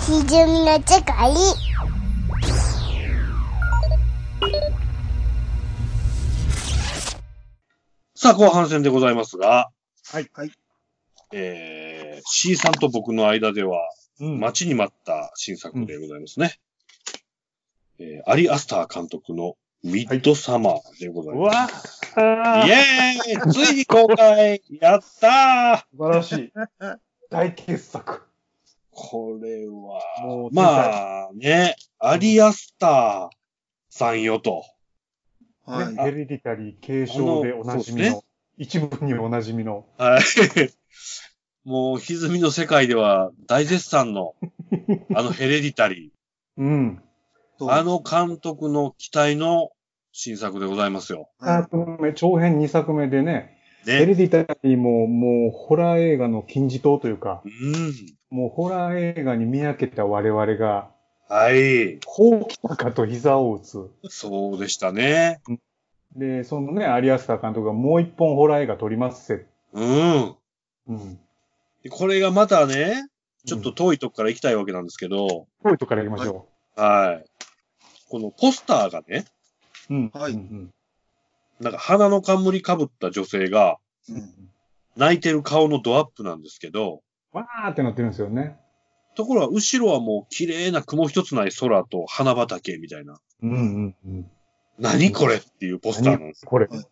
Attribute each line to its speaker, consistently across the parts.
Speaker 1: 基準の違い
Speaker 2: さあ、後半戦でございますが、
Speaker 3: はい。はい。
Speaker 2: えー、C さんと僕の間では、
Speaker 3: うん。
Speaker 2: 待ちに待った新作でございますね。えーアリ・アスター監督のウィッドサマーでございうます。
Speaker 3: わ
Speaker 2: イ
Speaker 4: あ
Speaker 2: エーイついに公開やったー
Speaker 4: 素晴らしい。 大傑作。
Speaker 2: これは
Speaker 3: もう、天才
Speaker 2: まあね、アリ・アスターさんよと。
Speaker 4: ね
Speaker 3: はい。
Speaker 4: ヘレディタリー継承でおなじみ
Speaker 2: あの
Speaker 4: の、一部におなじみの、
Speaker 2: はい。もう、歪みの世界では大絶賛の、あのヘレディタリ
Speaker 4: うん。
Speaker 3: そう
Speaker 2: ー。あ、の監督の期待の新作でございますよ。
Speaker 3: はい
Speaker 4: 二作目、長編2作目でね、ヘ
Speaker 2: ね。
Speaker 4: レディタリーももうホラー映画の金字塔というか
Speaker 2: う、ん。
Speaker 4: もうホラー映画に見分けた我々が、
Speaker 2: はい。
Speaker 4: こう来たかと膝を打つ。
Speaker 2: そうでしたね。
Speaker 4: で、そのね、アリアスター監督がもう一本ホラー映画撮りますせ。
Speaker 2: うん。
Speaker 4: うん。
Speaker 2: でこれがまたね、ちょっ
Speaker 4: う
Speaker 2: と
Speaker 4: ん、
Speaker 2: 遠いとこから行きたいわけなんですけど、
Speaker 4: ポイントから行きましょ
Speaker 2: はい。このポスターがね、
Speaker 4: う。うん。
Speaker 3: はい
Speaker 4: うん
Speaker 2: なんか鼻の冠被った女性が
Speaker 3: うん。
Speaker 2: 泣いてる顔のドアップなんですけど、
Speaker 4: わーってなってるんですよね。
Speaker 2: ところが後ろはもう綺麗な雲一つない空と花畑みたいな。
Speaker 4: うんうんうん。
Speaker 2: 何これっていうポスターなんです。
Speaker 4: これ
Speaker 3: はい、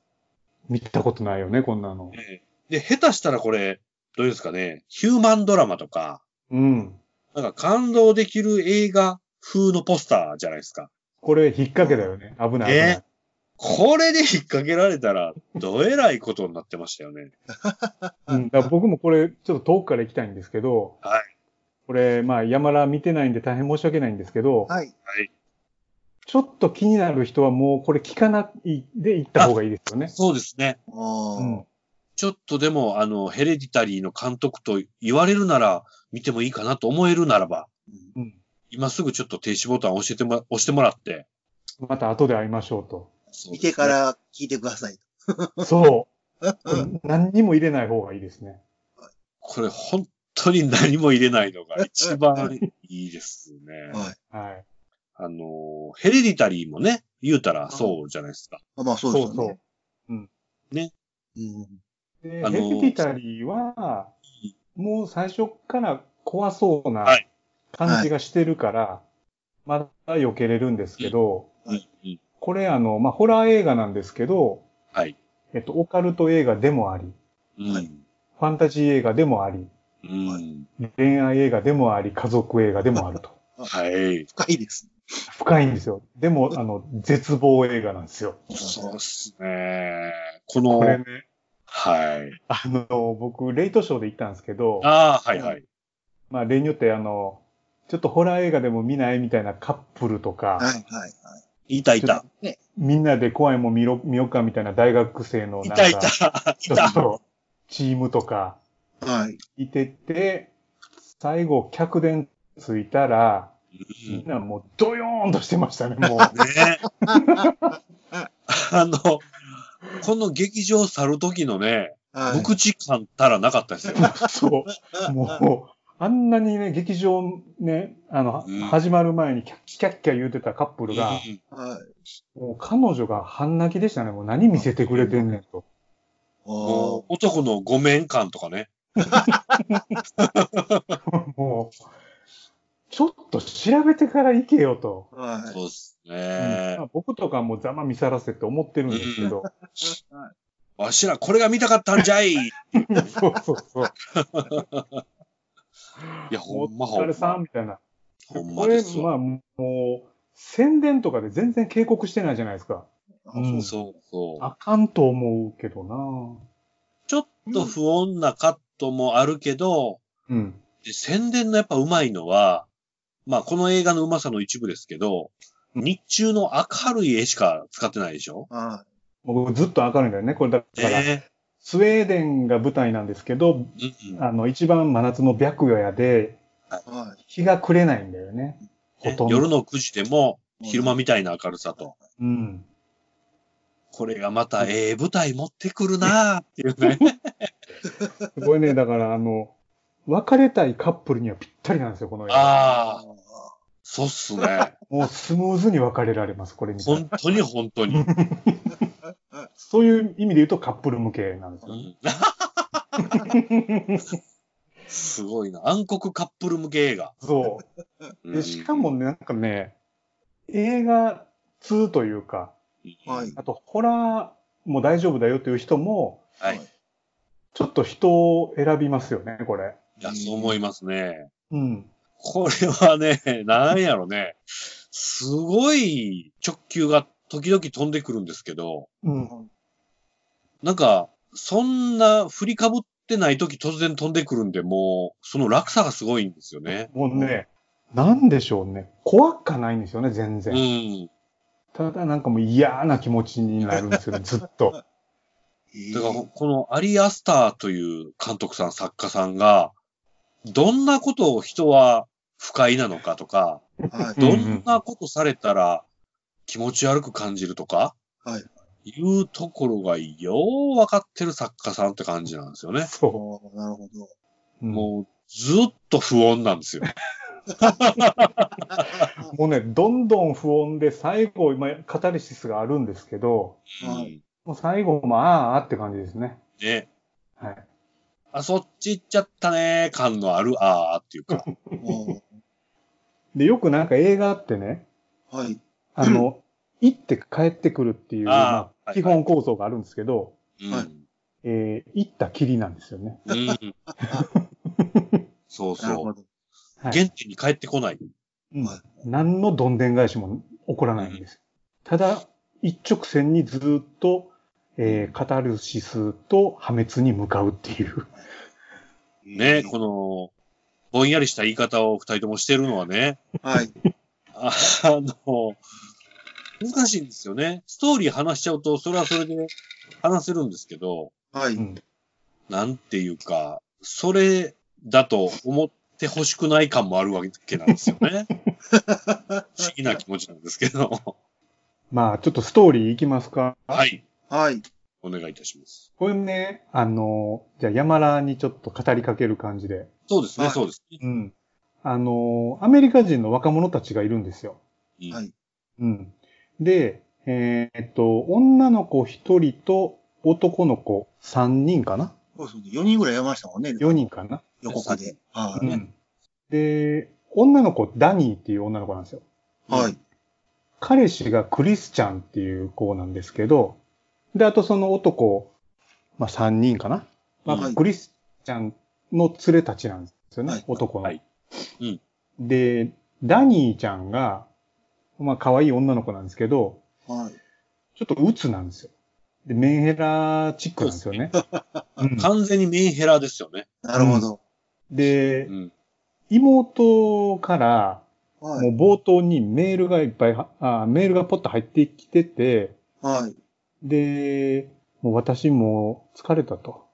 Speaker 4: 見たことないよね、こんなの。
Speaker 2: ええで、下手したらこれ、どういうんですかね、ヒューマンドラマとか、
Speaker 4: うん。
Speaker 2: なんか感動できる映画風のポスターじゃないですか。
Speaker 4: これ、引っ掛けだよね。危ない危ない。
Speaker 2: えこれで引っ掛けられたら、どえらいことになってましたよね。
Speaker 4: うん、だから僕もこれ、ちょっと遠くから行きたいんですけど、
Speaker 2: はい
Speaker 4: これ、まあ、山田見てないんで大変申し訳ないんですけど、
Speaker 3: はい。
Speaker 4: ちょっと気になる人はもうこれ聞かないで行った方がいいですよね。
Speaker 2: そうですね。
Speaker 3: あ
Speaker 4: うん
Speaker 3: ー。
Speaker 2: ちょっとでも、あの、ヘレディタリーの監督と言われるなら、見てもいいかなと思えるならば、
Speaker 4: うん。
Speaker 2: 今すぐちょっと停止ボタンを押してもら押してもらって。
Speaker 4: また後で会いましょうと。
Speaker 3: 見てから聞いてください。
Speaker 4: そう。これ何にも入れない方がいいですね。
Speaker 2: これ本当に何も入れないのが一番いいです ね。
Speaker 3: はい。
Speaker 4: はい。
Speaker 2: あの、ヘレディタリーもね、言うたらそうじゃないですか。
Speaker 3: あまあ、そうですよね。うん。
Speaker 4: で、
Speaker 2: あのー
Speaker 4: ヘレディタリーは、もう最初から怖そうな
Speaker 2: はい
Speaker 4: 感じがしてるから、まだ避けれるんですけど、
Speaker 3: はい
Speaker 2: うん
Speaker 4: これあの、まあ、ホラー映画なんですけど、
Speaker 2: はい。
Speaker 4: えっと、オカルト映画でもあり、
Speaker 2: うん。
Speaker 3: はい
Speaker 4: ファンタジー映画でもあり、
Speaker 2: うん。
Speaker 4: 恋愛映画でもあり、家族映画でもあると。
Speaker 2: はい。
Speaker 3: 深いです。
Speaker 4: 深いんですよ。でも、あの、絶望映画なんですよ。
Speaker 2: そうですね。こ
Speaker 4: これ
Speaker 2: の、
Speaker 4: ね、
Speaker 2: はい。
Speaker 4: あの、僕、レイトショーで行ったんですけど、
Speaker 2: ああ、はいはい。
Speaker 4: まあ、例によって、あの、ちょっとホラー映画でも見ないみたいなカップルとか、
Speaker 3: はい、はい、はい。
Speaker 2: いたいた。
Speaker 4: みんなで怖いもん見ろ見ようかみたいな大学生の
Speaker 2: い
Speaker 4: なん
Speaker 2: た
Speaker 4: か、
Speaker 2: いた。 い
Speaker 4: ちょ
Speaker 2: た
Speaker 4: っ。とチームとか
Speaker 3: はい。
Speaker 4: いてて、最後、客電ついたら、
Speaker 2: うん
Speaker 4: みんなもうドヨーンとしてましたね、もう。
Speaker 2: ね。 あの、この劇場去る時のね、
Speaker 3: はい。
Speaker 2: 無口感たらなかったですよ。
Speaker 4: そう。もう、あんなにね、劇場ね、あの、
Speaker 2: うん
Speaker 4: 始まる前にキャッキャッキャ言うてたカップルが、
Speaker 2: うん
Speaker 3: はい。
Speaker 4: もう彼女が半泣きでしたね。もう何見せてくれてんねんと。
Speaker 2: も
Speaker 3: お
Speaker 2: う男のごめん感とかね。
Speaker 4: もう、ちょっと調べてから行けよと。
Speaker 3: ー。は
Speaker 2: そうです
Speaker 4: うん
Speaker 2: ね
Speaker 4: ま。あ僕とかもざま見さらせって思ってるんですけど。
Speaker 2: わしらこれが見たかったんじゃいい
Speaker 4: そうそうそう。
Speaker 2: や、ほんま
Speaker 4: お
Speaker 2: ほ
Speaker 4: 疲
Speaker 2: ん
Speaker 4: れさ
Speaker 2: ま
Speaker 4: ん。みたいな。
Speaker 2: ほんま
Speaker 4: こ
Speaker 2: で
Speaker 4: れ、
Speaker 2: す
Speaker 4: ま
Speaker 2: わ。
Speaker 4: あ、もう、宣伝とかで全然警告してないじゃないですか。
Speaker 3: い。
Speaker 4: うん
Speaker 2: そうそう。
Speaker 4: あかんと思うけどな
Speaker 2: ちょっと不穏なカットもあるけど、
Speaker 4: うん。
Speaker 2: で宣伝のやっぱうまいのは、まあこの映画のうまさの一部ですけど、日中の明るい絵しか使ってないでしょ
Speaker 3: は
Speaker 4: 僕ずっと明るいんだよね。これだから、
Speaker 2: ね
Speaker 4: スウェーデンが舞台なんですけど、
Speaker 2: えうん
Speaker 4: あの、一番真夏の白夜やで、
Speaker 3: い。は
Speaker 4: 日が暮れないんだよね。ほ
Speaker 2: ね
Speaker 4: とんど。
Speaker 2: 夜の9時でも
Speaker 3: い。
Speaker 2: 昼間みたいな明るさと。
Speaker 4: うん。
Speaker 2: これがまたえ え舞台持ってくるなあっていうね。
Speaker 4: これね、だからあの、別れたいカップルにはぴったりなんですよ、この映画。
Speaker 2: ああ、そうっすね。
Speaker 4: もうスムーズに別れられます、これ見たら
Speaker 2: 本当に本当に。
Speaker 4: そういう意味で言うとカップル向けなんです
Speaker 2: う
Speaker 4: よ。
Speaker 2: んすごいな。暗黒カップル向け映画。
Speaker 4: そう。
Speaker 2: う
Speaker 4: で
Speaker 2: ん
Speaker 4: しかも、ね、なんかね、映画2というか、
Speaker 3: はい。
Speaker 4: あとホラーも大丈夫だよという人も、
Speaker 2: はい。
Speaker 4: ちょっと人を選びますよね、これ。
Speaker 2: いや、そう思いますね。
Speaker 4: うん。
Speaker 2: これはね、 なんやろね。すごい直球が時々飛んでくるんですけど、
Speaker 4: うん。
Speaker 2: なんか、そんな振りかぶってない時突然飛んでくるんで、もう、その落差がすごいんですよね。
Speaker 4: もうね、なんでしょうね。怖くはないんですよね、全
Speaker 2: う
Speaker 4: 然。
Speaker 2: ん。
Speaker 4: ただなんかもう嫌な気持ちになるんですよね、ずっ と。
Speaker 2: だから、このアリアスターという監督さん、作家さんが、どんなことを人は不快なのかとか、
Speaker 3: は
Speaker 4: うん
Speaker 2: どんなことされたら気持ち悪く感じるとか、
Speaker 3: はい
Speaker 2: いうところがよう分かってる作家さんって感じなんですよね。
Speaker 3: い。
Speaker 4: そ
Speaker 3: おーなるほど。
Speaker 4: う。も
Speaker 2: もうずっと不穏なんですよ。
Speaker 4: うもうね、どんどん不穏で最後、今、カタルシスがあるんですけど、
Speaker 3: は
Speaker 4: もう最後もあーあって感じですね。
Speaker 2: ね。
Speaker 4: はい。
Speaker 2: あ、そっち行っちゃったね感のあるあーっていう か。
Speaker 3: おー
Speaker 4: で、よくなんか映画ってね、
Speaker 3: はい。
Speaker 4: あの、行って帰ってくるっていう、
Speaker 2: あー
Speaker 4: ま
Speaker 2: はいは
Speaker 4: あ、
Speaker 2: い
Speaker 4: 基本構想があるんですけど、
Speaker 2: うん。
Speaker 3: は
Speaker 4: えー行ったきりなんですよね。
Speaker 2: うん、そう
Speaker 3: なる
Speaker 2: そ
Speaker 3: ほ
Speaker 2: う。
Speaker 3: ど。
Speaker 4: はい
Speaker 2: 原点に帰ってこない。
Speaker 3: はい
Speaker 4: 何のどんでん返しも起こらないんです。ただ、一直線にずーっと、えーカタルシスと破滅に向かうっていう。
Speaker 2: ね、この、ぼんやりした言い方を二人ともしてるのはね、
Speaker 3: はい。
Speaker 2: あの、難しいんですよね。ストーリー話しちゃうと、それはそれで話せるんですけど、
Speaker 3: は
Speaker 4: う
Speaker 3: い。
Speaker 4: ん
Speaker 2: なんていうか、それだと思ってほしくない感もあるわけなんですよ ね。不思議な気持ちなんですけど。
Speaker 4: まあ、ちょっとストーリーいきますか。
Speaker 2: はい。
Speaker 3: はい。
Speaker 2: お願いいたします。
Speaker 4: これね、あの、じゃあ山らにちょっと語りかける感じで。
Speaker 2: そうですね、
Speaker 3: はい
Speaker 2: そうですね。
Speaker 4: うん。あの、アメリカ人の若者たちがいるんですよ。
Speaker 2: うん
Speaker 3: はい
Speaker 4: うん。で、えーっと、女の子一人と男の子三人かな
Speaker 3: そうですね。4人ぐらいやりましたもんね。
Speaker 4: 四人かな
Speaker 3: 予告で。は
Speaker 4: う
Speaker 3: い。
Speaker 4: ん。で、女の子、ダニーっていう女の子なんですよ。
Speaker 3: はい。
Speaker 4: 彼氏がクリスチャンっていう子なんですけど、で、あとその男、まあ3人かな。まあ
Speaker 2: はい
Speaker 4: クリスチャンの連れたちなんですよね、
Speaker 3: はい
Speaker 4: 男の、
Speaker 2: はいうん
Speaker 4: で、ダニーちゃんが、まあ可愛い女の子なんですけど、
Speaker 3: はい。
Speaker 4: ちょっと鬱なんですよ。で、メンヘラチックなんですよね。うん
Speaker 2: 完全にメンヘラですよね。
Speaker 3: なるほど。
Speaker 4: で
Speaker 2: う、ん。
Speaker 4: 妹から、
Speaker 3: は
Speaker 4: も
Speaker 3: い。
Speaker 4: う冒頭にメールがいっぱいは、あメールがポッと入ってきてて、
Speaker 3: はい。
Speaker 4: で、もう私もう疲れたと。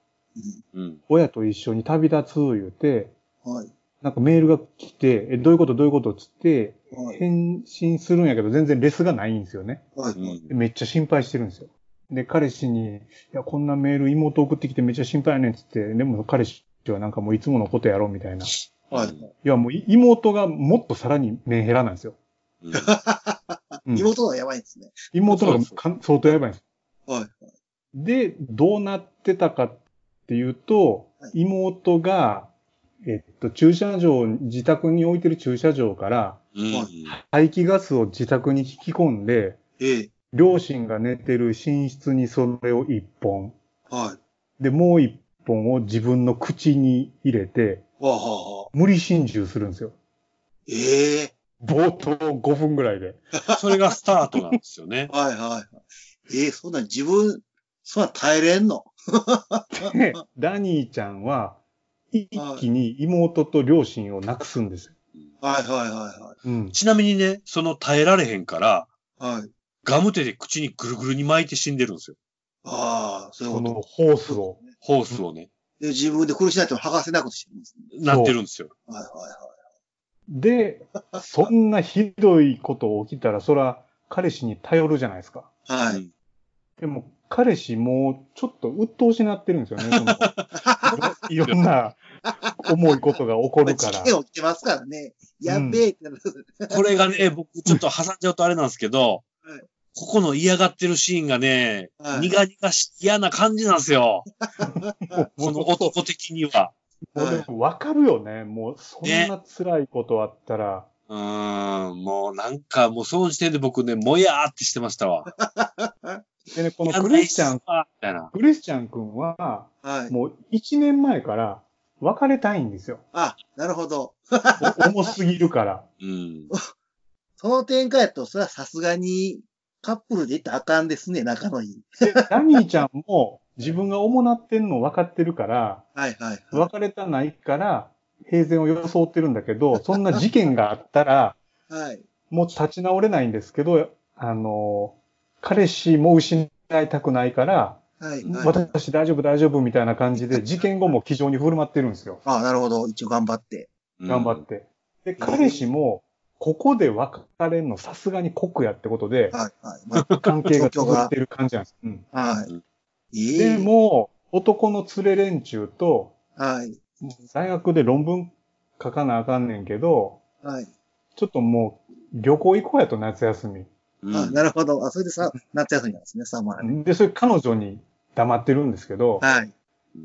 Speaker 2: うん。
Speaker 4: 親と一緒に旅立つ言うて、
Speaker 3: はい。
Speaker 4: なんかメールが来て、え、どういうことどういうことっつって、
Speaker 3: はい。
Speaker 4: 返信するんやけど全然レスがないんですよね。
Speaker 3: は
Speaker 2: う
Speaker 3: い。
Speaker 2: ん
Speaker 4: でめっちゃ心配してるんですよ。で、彼氏に、いや、こんなメール妹送ってきてめっちゃ心配やねんっつって、でも彼氏はなんかもういつものことやろみたいな。い
Speaker 3: はい。
Speaker 4: や、もうい妹がもっとさらにメンヘラなんですよ。
Speaker 2: うん
Speaker 4: うん
Speaker 3: 妹がやばいんですね。
Speaker 4: 妹の方がかん相当やばいんです。
Speaker 3: はい。
Speaker 4: で、どうなってたかっていうと、
Speaker 3: はい
Speaker 4: 妹が、えっと、駐車場、自宅に置いてる駐車場から、
Speaker 2: うん
Speaker 3: は
Speaker 4: 排気ガスを自宅に引き込んで、
Speaker 3: ええ。
Speaker 4: 両親が寝てる寝室にそれを一本、
Speaker 3: はい。
Speaker 4: で、もう一本を自分の口に入れて、
Speaker 3: わあはあはあ。
Speaker 4: 無理心中するんですよ。
Speaker 3: ええ。。
Speaker 4: 冒頭5分ぐらいで。
Speaker 2: それがスタートなんですよね
Speaker 3: はいはい。ええ、そんなん自分、そんなん耐えれんの
Speaker 4: でダニーちゃんは、一気に妹と両親を亡くすんですよ。
Speaker 3: はいはいは
Speaker 4: うん。
Speaker 2: ちなみにね、その耐えられへんから、
Speaker 3: いはい。はい。
Speaker 2: ガム手で口にぐるぐるに巻いて死んでるんですよ。
Speaker 3: ああ、そういう
Speaker 4: その
Speaker 3: こ
Speaker 4: ホース
Speaker 3: と
Speaker 4: を。。
Speaker 2: ホースをね、
Speaker 3: で、自分で苦しなっても剥がせなくしてるんですね。
Speaker 2: なってるんですよ。
Speaker 3: はいはい
Speaker 4: で、そんなひどいこと起きたら、そら、彼氏に頼るじゃないですか。
Speaker 3: はい。は
Speaker 2: う
Speaker 3: い。
Speaker 2: ん
Speaker 4: でも、彼氏も、ちょっと鬱陶しなってるんですよね、その いろいろんな重いことが起こる
Speaker 3: 事
Speaker 4: から。
Speaker 3: 件起きてますからね。やっべえってなる。
Speaker 2: これがね、僕ちょっと挟んじゃうとあれなんですけど
Speaker 3: はい、
Speaker 2: ここの嫌がってるシーンがね、
Speaker 3: はい
Speaker 2: 苦々し、嫌な感じなんです よ。この男的には。
Speaker 4: もうでもわかるよね。もう、そんな辛いことあったら。
Speaker 2: うーん、もうなんかもうその時点で僕ね、もやーってしてましたわ。
Speaker 4: でね、このクリスチャン、
Speaker 2: あみたいな。
Speaker 4: クリスチャン君は、
Speaker 3: はい。
Speaker 4: もう一年前から別れたいんですよ。
Speaker 3: あ、なるほど。
Speaker 4: お重すぎるから。
Speaker 2: うん。
Speaker 3: その展開やと、それはさすがに、カップルで行ったらあかんですね、仲のいい。
Speaker 4: ダニーちゃんも自分が重なってんの分かってるから、
Speaker 3: はいはいはい。
Speaker 4: 別れたないから平然を装ってるんだけど、そんな事件があったら、
Speaker 3: はい。
Speaker 4: もう立ち直れないんですけど、あの、彼氏も失いたくないから、
Speaker 3: はいはい。
Speaker 4: 私大丈夫大丈夫みたいな感じで、事件後も気丈に振る舞ってるんですよ。
Speaker 3: あ、なるほど。一応頑張って。
Speaker 4: 頑張って。で、彼氏も、ここで別れるのさすがに酷やってこと
Speaker 3: は
Speaker 4: で、
Speaker 3: いはい。ま
Speaker 4: 関係が続いてる感じなんです。うん
Speaker 3: あ、はい。ええ
Speaker 4: でも、男の連れ連中と、
Speaker 3: はい。
Speaker 4: 大学で論文書かなあかんねんけど、
Speaker 3: はい。
Speaker 4: ちょっともう、旅行行こうやと夏休み。
Speaker 2: うん。
Speaker 3: あ、なるほど。あ、それでさ、夏休みなんですね、サマーね。
Speaker 4: で、それ彼女に黙ってるんですけど、
Speaker 3: はい。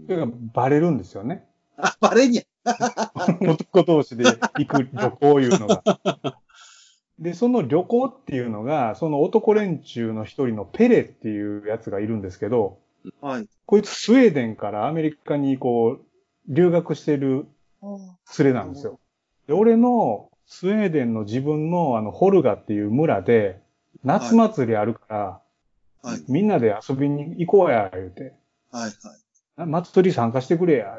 Speaker 4: それがバレるんですよね。
Speaker 3: あ、バレにゃ。
Speaker 4: 男同士で行く旅行いうのが。で、その旅行っていうのが、その男連中の一人のペレっていうやつがいるんですけど、
Speaker 3: はい。
Speaker 4: こいつスウェーデンからアメリカにこう、留学してる連れなんですよ。で、俺のスウェーデンの自分のあの、ホルガっていう村で、夏祭りあるから、
Speaker 3: はい。
Speaker 4: みんなで遊びに行こうや、言うて。
Speaker 3: はい。
Speaker 4: な祭り参加してくれや、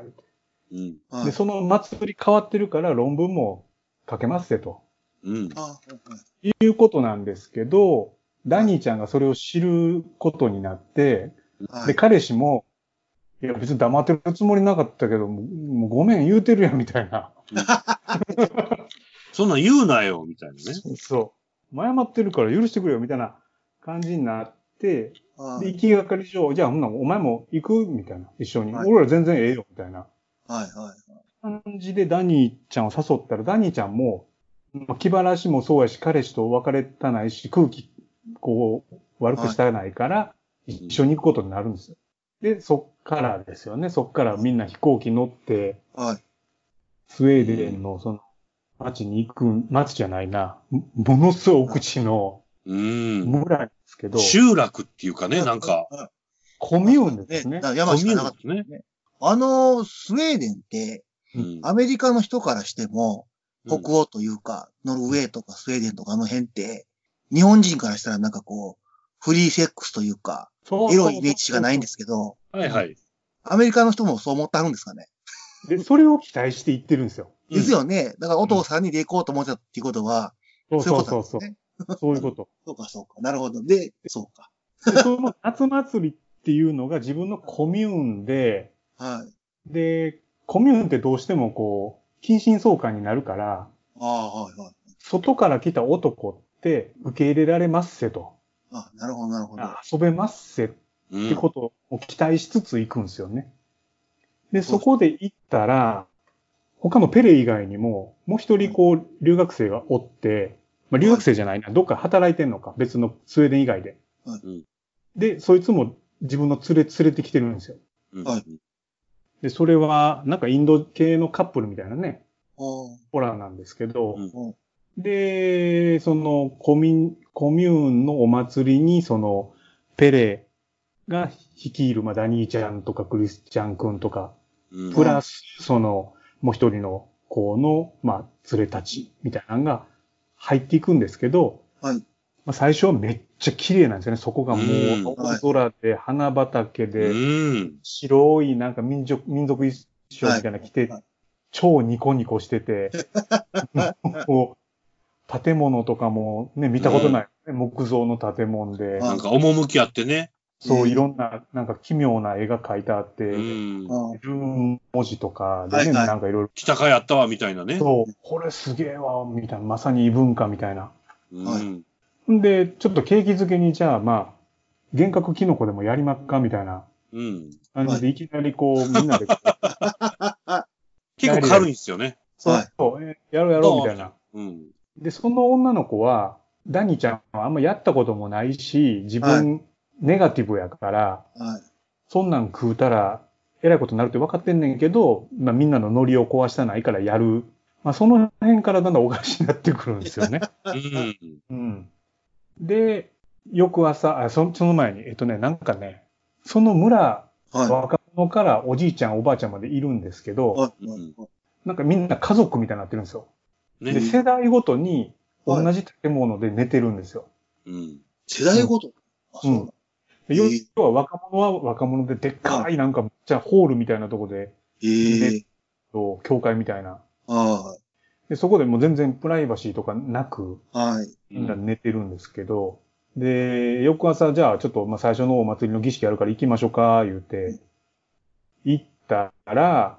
Speaker 4: 言うて。
Speaker 2: うん。
Speaker 3: はい。
Speaker 4: で、その祭り変わってるから論文も書けますぜと。
Speaker 2: うん。
Speaker 3: あ、はいはい
Speaker 4: いうことなんですけど、ダニーちゃんがそれを知ることになって、
Speaker 3: は
Speaker 4: で、
Speaker 3: い。
Speaker 4: 彼氏も、いや、別に黙ってるつもりなかったけど、もうもうごめん言うてるやん、みたいな。
Speaker 2: そんなん言うなよ、みたいなね。
Speaker 4: そう。前謝ってるから許してくれよ、みたいな感じになって、
Speaker 3: は
Speaker 4: で、
Speaker 3: い。
Speaker 4: 行きがかり上、じゃあ、ほんならお前も行くみたいな。一緒に。
Speaker 3: はい
Speaker 4: 俺ら全然ええよ、みたい
Speaker 3: は
Speaker 4: な。
Speaker 3: い。は
Speaker 4: 感じでダニーちゃんを誘ったら、ダニーちゃんも、まあ気晴らしもそうやし、彼氏とお別れたないし、空気、こう、悪くしたないから、一緒に行くことになるんですよ。で、そっからですよね。そっからみんな飛行機乗って、
Speaker 3: い。はい。
Speaker 4: スウェーデンのその、街に行く、街じゃないな、もものすごい奥地の
Speaker 2: うん。
Speaker 4: 村ですけど、
Speaker 2: 集落っていうかね、なんか。
Speaker 3: は
Speaker 4: コ
Speaker 3: い、
Speaker 4: ミューンですね
Speaker 3: だ。から山しかなかった。
Speaker 2: ね。
Speaker 3: あの、スウェーデンって、
Speaker 2: うん。
Speaker 3: アメリカの人からしても、
Speaker 2: うん
Speaker 3: 北欧というか、ノルウェーとかスウェーデンとかあの辺って、日本人からしたらなんかこう、フリーセックスというか、
Speaker 4: そう
Speaker 3: エロいイメージしかないんですけど、
Speaker 2: はいはい。
Speaker 3: アメリカの人もそう思ってはるんですかね。
Speaker 4: で、それを期待して行ってるんですよ。
Speaker 2: うん
Speaker 3: ですよね。だからお父さんにで行こうと思ってたっていうことは、
Speaker 4: そう
Speaker 3: そう
Speaker 4: そ
Speaker 3: いう
Speaker 4: う
Speaker 3: ことな
Speaker 4: そ
Speaker 3: んですね。
Speaker 4: うそう。そういうこと。
Speaker 3: そうかそうか。なるほど。で、そうか。
Speaker 4: でその夏祭りっていうのが自分のコミューンで、
Speaker 3: はい。
Speaker 4: で、コミューンってどうしてもこう、近親相関になるから、
Speaker 3: ああ、はいはい。
Speaker 4: 外から来た男って受け入れられますせと、
Speaker 3: あなるほど、なるほど。は
Speaker 4: 遊べますせっ
Speaker 2: う
Speaker 4: て
Speaker 2: ん。
Speaker 4: ことを期待しつつ行くんですよね。で、そこで行ったら、他のペレ以外にも、もう一人こう、留学生がおって、まあ、留学生じゃないな、どっか働いてんのか、別のスウェーデン以外で
Speaker 3: はい
Speaker 2: うん。
Speaker 4: で、そいつも自分の連れ、連れてきてるんですよ。
Speaker 2: うん
Speaker 3: はい
Speaker 4: で、それは、なんかインド系のカップルみたいなね、
Speaker 3: あ
Speaker 4: ホラーなんですけど、
Speaker 2: うん
Speaker 4: で、そのコミ、コミューンのお祭りに、その、ペレが率いる、まあ、ダニーちゃんとかクリスチャン君とか、
Speaker 2: うん
Speaker 4: プラス、その、もう一人の子の、まあ、連れたちみたいなのが入っていくんですけど、
Speaker 3: はい。
Speaker 4: まあ、最初はめっちゃ綺麗なんですよね。そこがもう
Speaker 2: うん、
Speaker 4: 青空で、花畑で、
Speaker 2: うん。
Speaker 4: 白いなんか民族、民族衣装みたいなの着て、
Speaker 3: はい
Speaker 4: 超ニコニコしてて、こう建物とかもね、見たことない、ね木造の建物
Speaker 3: は
Speaker 4: で、
Speaker 3: い
Speaker 2: なんか趣あってね。
Speaker 4: そうい
Speaker 3: ん
Speaker 4: ろんな、なんか奇妙な絵が描いてあって、
Speaker 2: う
Speaker 4: ル
Speaker 2: ん。
Speaker 3: な。あ
Speaker 4: ーン文字とかで
Speaker 3: は
Speaker 4: ね、
Speaker 3: いはい
Speaker 4: なんかいろいろ、
Speaker 2: 北かやったわ、みたいなね。
Speaker 4: そう、これすげえわ、みたいな、まさに異文化みたいな。
Speaker 2: うん。
Speaker 4: んで、ちょっと景気づけに、じゃあまあ、幻覚キノコでもやりまっか、みたいな
Speaker 2: うん。
Speaker 4: 感じで、いきなりこう、みんなでこう
Speaker 2: 結構軽いんですよね。
Speaker 3: はい。
Speaker 4: そう、えやろうやろうみたいな。
Speaker 2: うん。
Speaker 4: で、その女の子は、ダニちゃんはあんまやったこともないし、自分、ネガティブやから、
Speaker 3: はい。
Speaker 4: そんなん食うたら、えらいことになるって分かってんねんけど、まあみんなのノリを壊したないからやる。まあその辺からだんだんおかしになってくるんで すよね。
Speaker 2: うん。
Speaker 4: うん。で、翌朝、あそその前に、えっとね、なんかね、その村、
Speaker 3: は
Speaker 4: 若者からおじいちゃん、おばあちゃんまでいるんですけ
Speaker 3: い。は
Speaker 4: ど、
Speaker 3: い。はい
Speaker 4: なんかみんな家族みたいになってるんですよ。
Speaker 2: ね
Speaker 4: で、世代ごとに
Speaker 3: はい
Speaker 4: 同じ建物で寝てるんですよ。
Speaker 2: うん。
Speaker 3: 世代ごと。あ、そうなんだ。え
Speaker 4: で要
Speaker 3: ー
Speaker 4: 要は若者は若者で、でっかいなんか、じゃあホールみたいなとこで、
Speaker 3: ええ。
Speaker 4: こう教会みたいな。
Speaker 3: は
Speaker 4: で、そこでもう全然プライバシーとかなく、
Speaker 3: い。はい。
Speaker 4: みんな寝てるんですけど、で、翌朝、じゃあちょっと、まあ、最初のお祭りの儀式あるから行きましょうか、言うて、行ったら、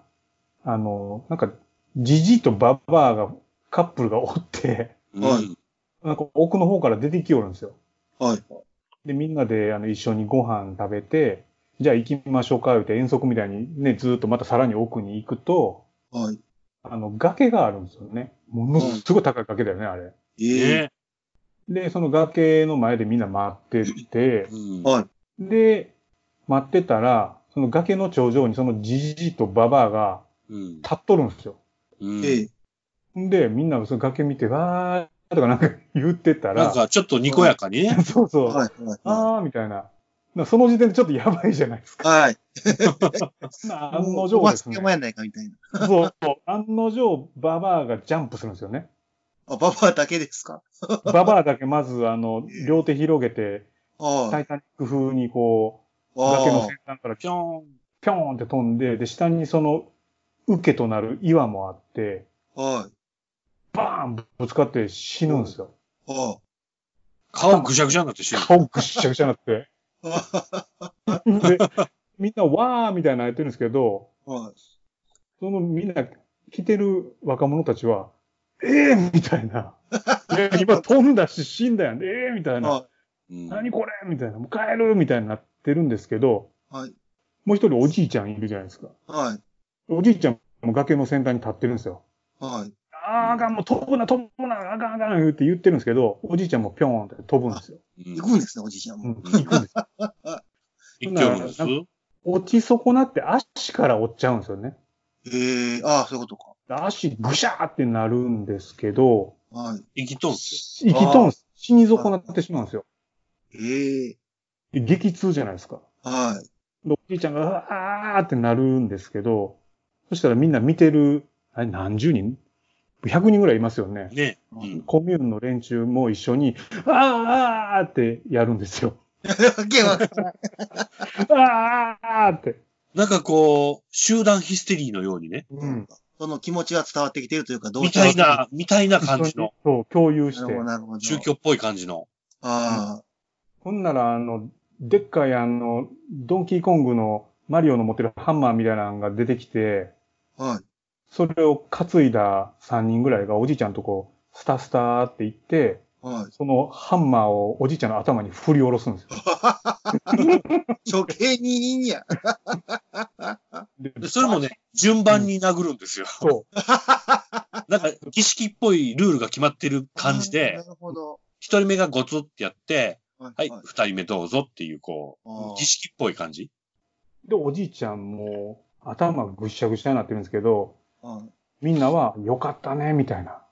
Speaker 4: あの、なんか、じじいとばばあが、カップルがおって、
Speaker 2: うん
Speaker 3: はい
Speaker 4: なんか奥の方から出てきよるんですよ。
Speaker 3: はい。
Speaker 4: で、みんなで、あの、一緒にご飯食べて、じゃあ行きましょうか、言うて遠足みたいにね、ずーっとまたさらに奥に行くと、
Speaker 3: はい。
Speaker 4: あの、崖があるんですよね。ものすごい高い崖だよね、あれ。
Speaker 3: ええ。
Speaker 2: ね
Speaker 4: で、その崖の前でみんな待ってて、
Speaker 2: うん
Speaker 3: はい。
Speaker 4: で、待ってたら、その崖の頂上にそのじじいとばばあが
Speaker 2: うん
Speaker 4: 立っとるんですよ。
Speaker 2: うん
Speaker 3: ええ。
Speaker 4: んで、みんなその崖見て、わーとかなんか言って
Speaker 2: な
Speaker 4: た
Speaker 2: ん
Speaker 4: ら、
Speaker 2: かちょっとにこやかにね。
Speaker 4: そうそう、
Speaker 3: はい。は
Speaker 4: あーみたいな。なその時点でちょっとやばいじゃないですか。
Speaker 3: い。はい。
Speaker 4: な案
Speaker 3: もうお
Speaker 4: の定
Speaker 3: 前
Speaker 4: ですね
Speaker 3: 捕。まえないかみたいな。
Speaker 4: そうそう。案の定、ばばあがジャンプするんですよね。
Speaker 3: あ、ババアだけですか
Speaker 4: ばばあだけまず、あの、両手広げて、タ
Speaker 3: はい。
Speaker 4: イタニック風にこう、
Speaker 3: あ
Speaker 4: 崖
Speaker 3: あ
Speaker 4: の先端から
Speaker 2: ぴょん。
Speaker 4: ぴょんって飛んで、で、下にその、受けとなる岩もあって、
Speaker 3: はい。
Speaker 4: バーンぶつかって死ぬんですよ。
Speaker 3: は
Speaker 2: 顔ぐしゃぐしゃになって死ぬ。
Speaker 4: 顔ぐっしゃぐしゃになって。
Speaker 3: い。は
Speaker 4: で、みんなわーみたいなのやってるんですけど、
Speaker 3: い。はい。
Speaker 4: そのみんな来てる若者たちは、ええー、みたいな。いや、今飛んだし死んだやん。ええー、みたいな。
Speaker 3: は
Speaker 2: うん
Speaker 4: 何これみたいな。もう帰るみたいになってるんですけど、
Speaker 3: い。はい。
Speaker 4: もう一人おじいちゃんいるじゃないですか。
Speaker 3: はい。
Speaker 4: おじいちゃんも崖の先端に立ってるんですよ。
Speaker 3: はい。
Speaker 4: あーあかん、もう飛ぶな、飛ぶな、あかん、あかん、言って言ってるんですけど、おじいちゃんもぴょんって飛ぶんですよ。
Speaker 2: うん
Speaker 3: 行くんですね、おじいちゃん
Speaker 4: う
Speaker 3: も。
Speaker 4: ん、行くんですよ
Speaker 2: 一挙なんです
Speaker 4: な落ち損なって足から折っちゃうんですよね。
Speaker 3: ええ、ああ、そういうことか。
Speaker 4: 足ぐしゃーってなるんですけど、
Speaker 3: はい。
Speaker 2: 生きとんす
Speaker 4: 生きとんす、死に損なってしまうんですよ。
Speaker 3: ええ、
Speaker 4: で激痛じゃないですか。
Speaker 3: はい。
Speaker 4: でおじいちゃんが、あーってなるんですけど、そしたらみんな見てる、あれ何十人 ?100 人ぐらいいますよね
Speaker 2: よ。。ね。 うん
Speaker 4: コミューンの連中も一緒に、あーあーってやるんですよ。
Speaker 3: わけわかんない
Speaker 4: あーあーって。
Speaker 2: なんかこう、集団ヒステリーのようにね。
Speaker 4: うん。
Speaker 3: その気持ちは伝わってきてるというか、どう
Speaker 2: みたい。な、みたいな感 じの、
Speaker 4: そう、共有
Speaker 3: な
Speaker 4: し
Speaker 3: る
Speaker 4: て
Speaker 3: ほど、。なるほど。
Speaker 2: 宗教っぽい感じの。
Speaker 3: あ
Speaker 4: ほんなら、あの、でっかいあの、ドンキーコングのマリオの持ってるハンマーみたいなのが出てきて、
Speaker 3: あ、はい。
Speaker 4: それを担いだ3人ぐらいがおじいちゃんとこう、スタスターって行って、
Speaker 3: は
Speaker 4: そのハンマーをおじいちゃんの頭に振り下ろすんですよ。
Speaker 3: い。処刑人や。
Speaker 4: で
Speaker 2: でそれも、ね、順番に殴るんですよ。
Speaker 4: そう。
Speaker 2: なんか、儀式っぽいルールが決まってる感じで
Speaker 3: な、るほど。
Speaker 2: 一人目がゴツってやって、
Speaker 3: は
Speaker 2: はい、二人目どうぞっていう、こ
Speaker 3: あ
Speaker 2: う、
Speaker 3: ー
Speaker 2: 儀式っぽい感じ。
Speaker 4: で、おじいちゃんも頭ぐっしゃぐしゃになってるんですけど、
Speaker 3: はい
Speaker 4: みんなは、よかったね、みたいな。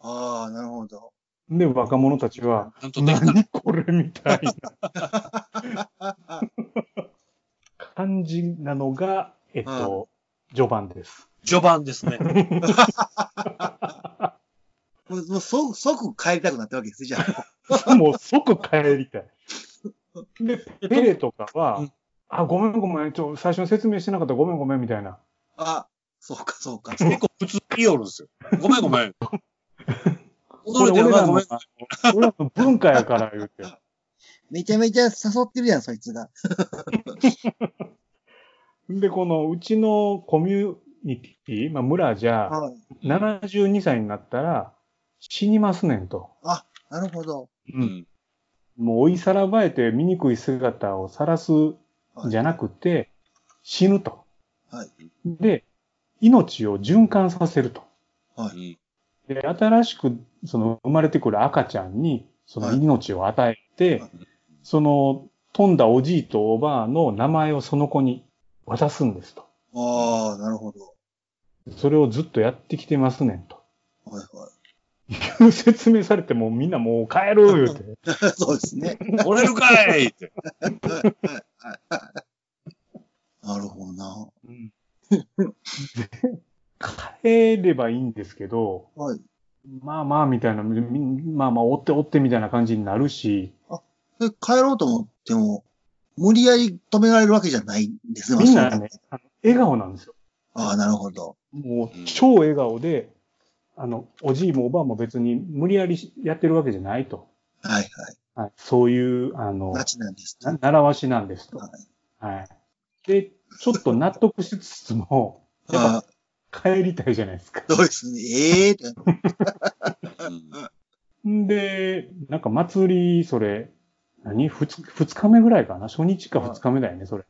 Speaker 3: ああ、なるほど。
Speaker 4: で、若者たちは、
Speaker 2: なんとね、
Speaker 4: 何これみたいな 感じなのが、えっと、序盤です。
Speaker 2: 序盤ですね。
Speaker 3: もう、もう即、即帰りたくなったわけですね、じゃあ。
Speaker 4: もう即帰りたい。で、ペレとか
Speaker 2: う
Speaker 4: は
Speaker 2: ん、
Speaker 4: あ、ごめんごめん、ちょ、最初に説明してなかった、ごめんごめん、みたいな。
Speaker 3: あ、そうか、そうか。
Speaker 2: 結構普通におるんですよ。ごめんごめん。
Speaker 4: こ
Speaker 2: 驚
Speaker 4: れ
Speaker 2: いてる
Speaker 4: 俺ら
Speaker 2: な、ご
Speaker 4: の
Speaker 2: めん。、
Speaker 4: 俺らの文化やから言うて。
Speaker 3: めちゃめちゃ誘ってるやん、そいつが。
Speaker 4: で、この、うちのコミュニティ、まあ、村じゃ、
Speaker 3: はい。
Speaker 4: 72歳になったら、死にますねんと。
Speaker 3: なるほど。
Speaker 2: うん
Speaker 4: もう追いさらばえて醜い姿を晒す
Speaker 3: はい
Speaker 4: じゃなくて、死ぬと。
Speaker 3: はい
Speaker 4: で、命を循環させると。
Speaker 2: うん
Speaker 4: で、新しく、その生まれてくる赤ちゃんに、その
Speaker 3: はい
Speaker 4: 命を与えて、
Speaker 3: はい
Speaker 4: その、飛んだおじいとおばあの名前をその子に渡すんですと。
Speaker 3: ああ、なるほど。
Speaker 4: それをずっとやってきてますねんと。
Speaker 3: はい は
Speaker 4: いう 説明されてもうみんなもう帰る言うて。
Speaker 3: い。そうですね。
Speaker 2: 折れるかいって。
Speaker 3: なるほどな。
Speaker 4: 帰ればいいんですけど、
Speaker 3: はい。
Speaker 4: まあまあみたいな、みまあまあ追って追ってみたいな感じになるし、
Speaker 3: で、帰ろうと思っても、無理やり止められるわけじゃないんですね。
Speaker 4: みんなね、あの笑顔なんですよ。
Speaker 3: ああ、なるほど。
Speaker 4: も
Speaker 2: う
Speaker 4: うん超笑顔で、あの、おじいもおばあも別に無理やりやってるわけじゃないと。
Speaker 3: はいはい。
Speaker 4: はい、そういう、あの、
Speaker 3: ガチなんですね。
Speaker 4: な習わしなんですと。
Speaker 3: は
Speaker 4: はい。で、ちょっと納得しつつも、やっぱ
Speaker 3: ああ、
Speaker 4: 帰りたいじゃないですか。
Speaker 3: そうですね。ええって。
Speaker 2: うん
Speaker 4: んで、なんか祭り、それ、何二日二日目ぐらいかな初日か二日目だよね、それ。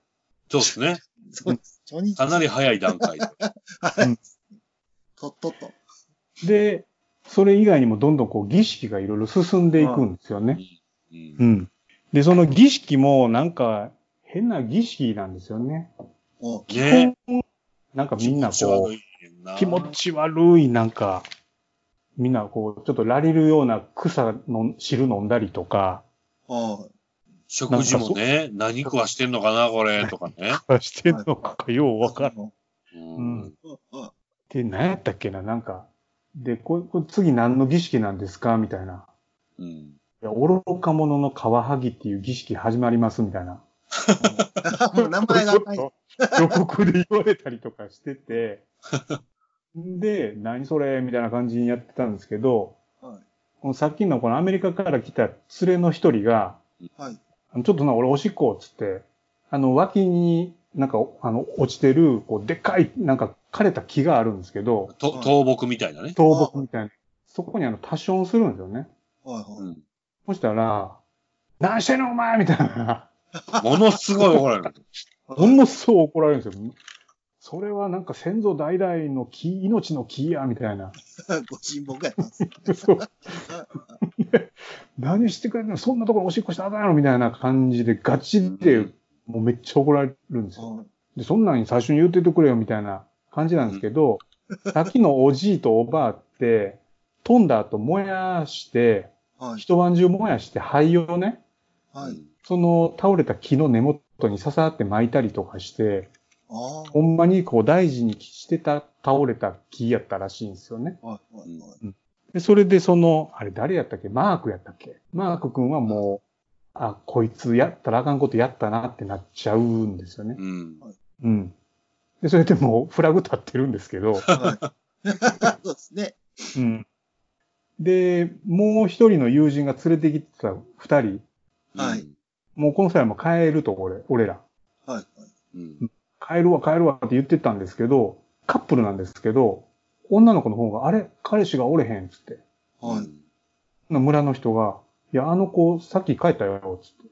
Speaker 2: そうですね。
Speaker 3: そうです。初日。
Speaker 2: かなり早い段階で。
Speaker 3: はい。とっとっと。
Speaker 4: で、それ以外にもどんどんこう儀式がいろいろ進んでいくんですよね。
Speaker 2: うん
Speaker 4: うん。で、その儀式もなんか変な儀式なんですよね。
Speaker 3: おう
Speaker 2: ね
Speaker 4: なんかみんな
Speaker 2: 気持ち悪
Speaker 4: こ
Speaker 2: いねんな
Speaker 4: う、気持ち悪いなんか、みんなこう、ちょっとラリるような草の汁飲んだりとか、
Speaker 3: おう
Speaker 2: 食事もね、何食わしてんのかな、これ、とかね。
Speaker 4: してんのかようわからん。
Speaker 3: うん
Speaker 2: うん。
Speaker 3: うん
Speaker 4: で、何やったっけな、なんか。で、これ、これ次何の儀式なんですかみたいな。
Speaker 2: うん。
Speaker 4: いや、愚か者の皮はぎっていう儀式始まります、みたいな。
Speaker 3: もう名前がない。
Speaker 4: ちょっと予告で言われたりとかしてて。 で、何それみたいな感じにやってたんですけど、
Speaker 3: は
Speaker 4: このさっきのこのアメリカから来た連れの一人が、
Speaker 3: はい。
Speaker 4: あのちょっとな、俺おしっこ、つって、あの、脇に、なんか、あの、落ちてる、こう、でっかい、なんか、枯れた木があるんですけど、
Speaker 2: と、倒木みたいなね。
Speaker 4: 倒木みたいな。そこにあの、多少するんですよね。
Speaker 3: は
Speaker 2: う
Speaker 3: い
Speaker 2: ん。
Speaker 4: そしたら、何してんのお前みたいな。
Speaker 2: ものすごい怒られる。
Speaker 3: はい。
Speaker 4: ほんのそう怒られるんですよ。それはなんか先祖代々の木、命の木や、みたいな。
Speaker 3: ご神木やったんですね。
Speaker 4: そう何してくれんのそんなところおしっこしたらあかんやろみたいな感じで、ガチで、もうめっちゃ怒られるんですよ。
Speaker 3: うん
Speaker 4: で、そんなんに最初に言っててくれよ、みたいな感じなんですけど、さっきのおじいとおばあって、飛んだ後燃やして、
Speaker 3: はい。
Speaker 4: 一晩中燃やして灰をね、
Speaker 3: はい。
Speaker 4: その倒れた木の根元に刺さって巻いたりとかして、
Speaker 3: ああ。
Speaker 4: ほんまにこう大事にしてた倒れた木やったらしいんですよね。
Speaker 3: はいはいはい。
Speaker 4: で、それでその、あれ誰やったっけマークやったっけマーク君はもう、あ、こいつやったらあかんことやったなってなっちゃうんですよね。
Speaker 2: うん。
Speaker 4: うん。で、それでもうフラグ立ってるんですけど、
Speaker 3: はい。そうですね。
Speaker 4: うん。で、もう一人の友人が連れてきてた二人、
Speaker 3: はい
Speaker 2: うん。
Speaker 4: もうこの際はもう帰ると俺、俺ら。
Speaker 3: はいはい。
Speaker 2: うん。
Speaker 4: 帰るわ帰るわって言ってたんですけど、カップルなんですけど、女の子の方が、あれ彼氏がおれへんっつって。
Speaker 3: は
Speaker 2: う
Speaker 3: い。
Speaker 2: ん
Speaker 4: な村の人が、いや、あの子、さっき帰ったよ、つって。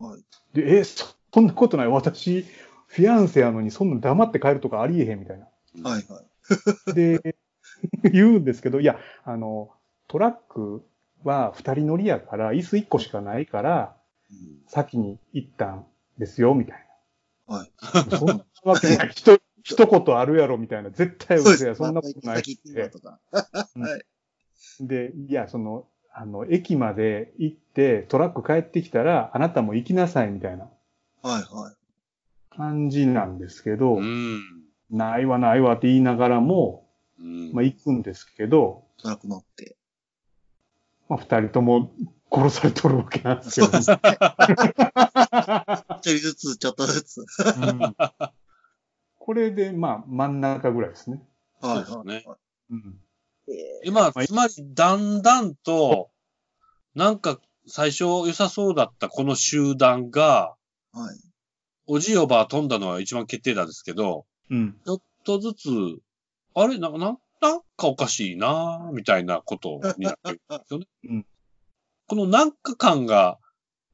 Speaker 3: はい
Speaker 4: で、え、そそんなことない。私、フィアンセやのに、そんな黙って帰るとかありえへん、みたいな。
Speaker 3: はいはい。
Speaker 4: で、言うんですけど、いや、あの、トラックは二人乗りやから、椅子一個しかないから、
Speaker 2: うん
Speaker 4: 先に行ったんですよ、みたいな。
Speaker 3: はい。
Speaker 4: そんなわ けない。ひと、一言あるやろ、みたいな。絶対
Speaker 3: そうで
Speaker 4: 嘘
Speaker 3: す
Speaker 4: や、そんなことないっ
Speaker 3: 先行ってみよう
Speaker 4: て。
Speaker 3: とか。
Speaker 4: で、いや、その、あの、駅まで行って、トラック帰ってきたら、あなたも行きなさい、みたいな
Speaker 3: はいはい。
Speaker 4: 感じなんですけど、
Speaker 2: うん。
Speaker 4: ないわないわって言いながらも、
Speaker 2: うん。
Speaker 4: まあ、行くんですけど、
Speaker 3: トラック乗って。
Speaker 4: まあ、二人とも殺されとるわけなんです
Speaker 3: そ
Speaker 4: よ
Speaker 3: うですね。一人ずつ、ちょっとずつ。
Speaker 4: うんこれで、まあ、真ん中ぐらいですね。
Speaker 3: はい
Speaker 2: そう
Speaker 3: はい
Speaker 2: です
Speaker 3: はい。
Speaker 4: うん。
Speaker 2: え、まあ、つまり、だんだんと、なんか、最初良さそうだったこの集団が、
Speaker 3: はい。
Speaker 2: おじいおばあ飛んだのは一番決定打ですけど、
Speaker 4: うん。。
Speaker 2: ちょっとずつ、あれ、なんか、なんなんかおかしい なぁみたいなことになってるんですよね
Speaker 4: うん
Speaker 2: このなんか感が、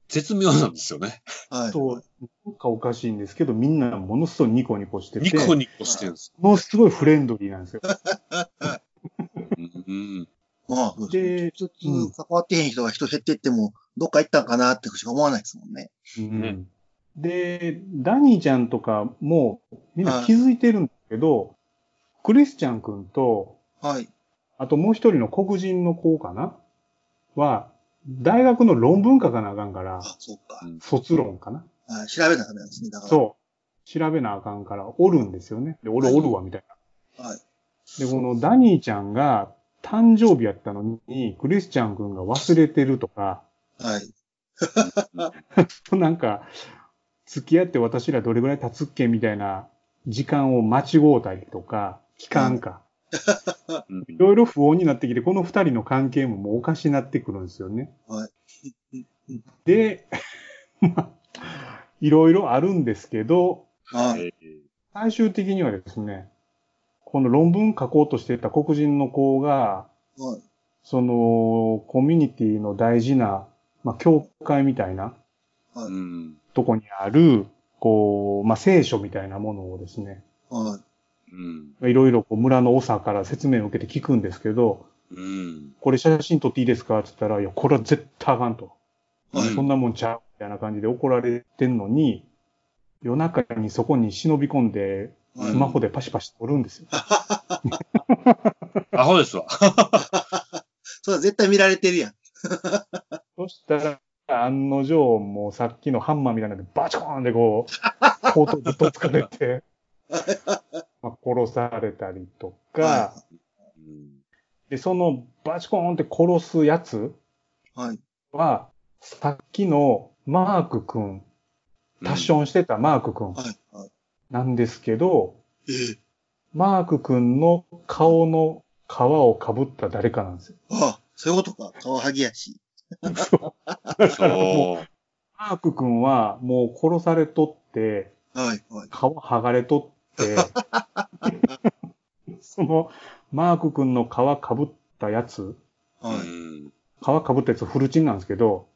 Speaker 2: 絶妙なんですよね。
Speaker 3: はい。
Speaker 4: そう、なんかおかしいんですけど、みんなものすごいニコニコして
Speaker 2: ニ
Speaker 4: て、
Speaker 2: コニコしてるんです。
Speaker 4: ものすごいフレンドリーなんですよ。
Speaker 2: うん。
Speaker 3: まあ、そう
Speaker 4: で
Speaker 3: ですね。直接関わってへん人が人減ってっても、どっか行ったんかなってしか思わないですもんね。
Speaker 4: うんで、ダニーちゃんとかも、みんな気づいてるんだけど、クリスチャン君と、
Speaker 3: はい。
Speaker 4: あともう一人の黒人の子かなは、大学の論文書かなあかんから、
Speaker 3: あ、そうか。
Speaker 4: 卒論かな
Speaker 3: はい調べなきゃダメなんですね。だから。
Speaker 4: そう。調べなあかんから、おるんですよね。で、俺
Speaker 3: はい
Speaker 4: おるわ、みたい
Speaker 3: はい。
Speaker 4: な。で、このダニーちゃんが誕生日やったのに、クリスチャン君が忘れてるとか、
Speaker 3: はい。
Speaker 4: なんか、付き合って私らどれぐらい経つっけみたいな時間を間違うたりとか、期間か。
Speaker 2: うん
Speaker 4: いろいろ不穏になってきて、この二人の関係ももうおかしになってくるんですよね。
Speaker 3: はい
Speaker 4: で、 まあ、いろいろあるんですけど、
Speaker 3: はい。
Speaker 4: 最終的にはですね、この論文書こうとしてた黒人の子が、
Speaker 3: はい。
Speaker 4: その、コミュニティの大事な、まあ、教会みたいな
Speaker 2: うん。
Speaker 4: とこにある、こう、まあ、聖書みたいなものをですね、
Speaker 3: はい。
Speaker 2: うん。
Speaker 4: いろいろこう村の長から説明を受けて聞くんですけど、
Speaker 2: うん。
Speaker 4: これ写真撮っていいですかって言ったら、いや、これは絶対あかんと。
Speaker 3: はい
Speaker 2: うん
Speaker 4: そんなもんちゃうみたいな感じで怒られてんのに、夜中にそこに忍び込んで、
Speaker 3: はい
Speaker 4: スマホでパシパシ撮るんですよ。
Speaker 2: アホですわ。
Speaker 3: それは絶対見られてるやん。
Speaker 4: そしたら、案の定、もうさっきのハンマーみたいなので、バチコーンでこ う、後頭ぶっとつかれて、まあ殺されたりとか
Speaker 3: は、
Speaker 2: うん
Speaker 4: で、そのバチコーンって殺すやつ
Speaker 3: はい。
Speaker 4: は、さっきのマーク君、タッションしてたマーク君
Speaker 3: はい。はい。
Speaker 4: なんですけど、
Speaker 3: ええ。
Speaker 4: マーク君の顔の皮をかぶった誰かなんですよ。
Speaker 3: ああ、そういうことか。カワハギやし。
Speaker 2: そう。
Speaker 4: マーク君はもう殺されとって、
Speaker 3: はい。はい。
Speaker 4: 皮剥がれと って、そのマーク君の皮かぶったやつ、
Speaker 3: はい。
Speaker 2: うん
Speaker 4: 皮かぶったやつフルチンなんですけど、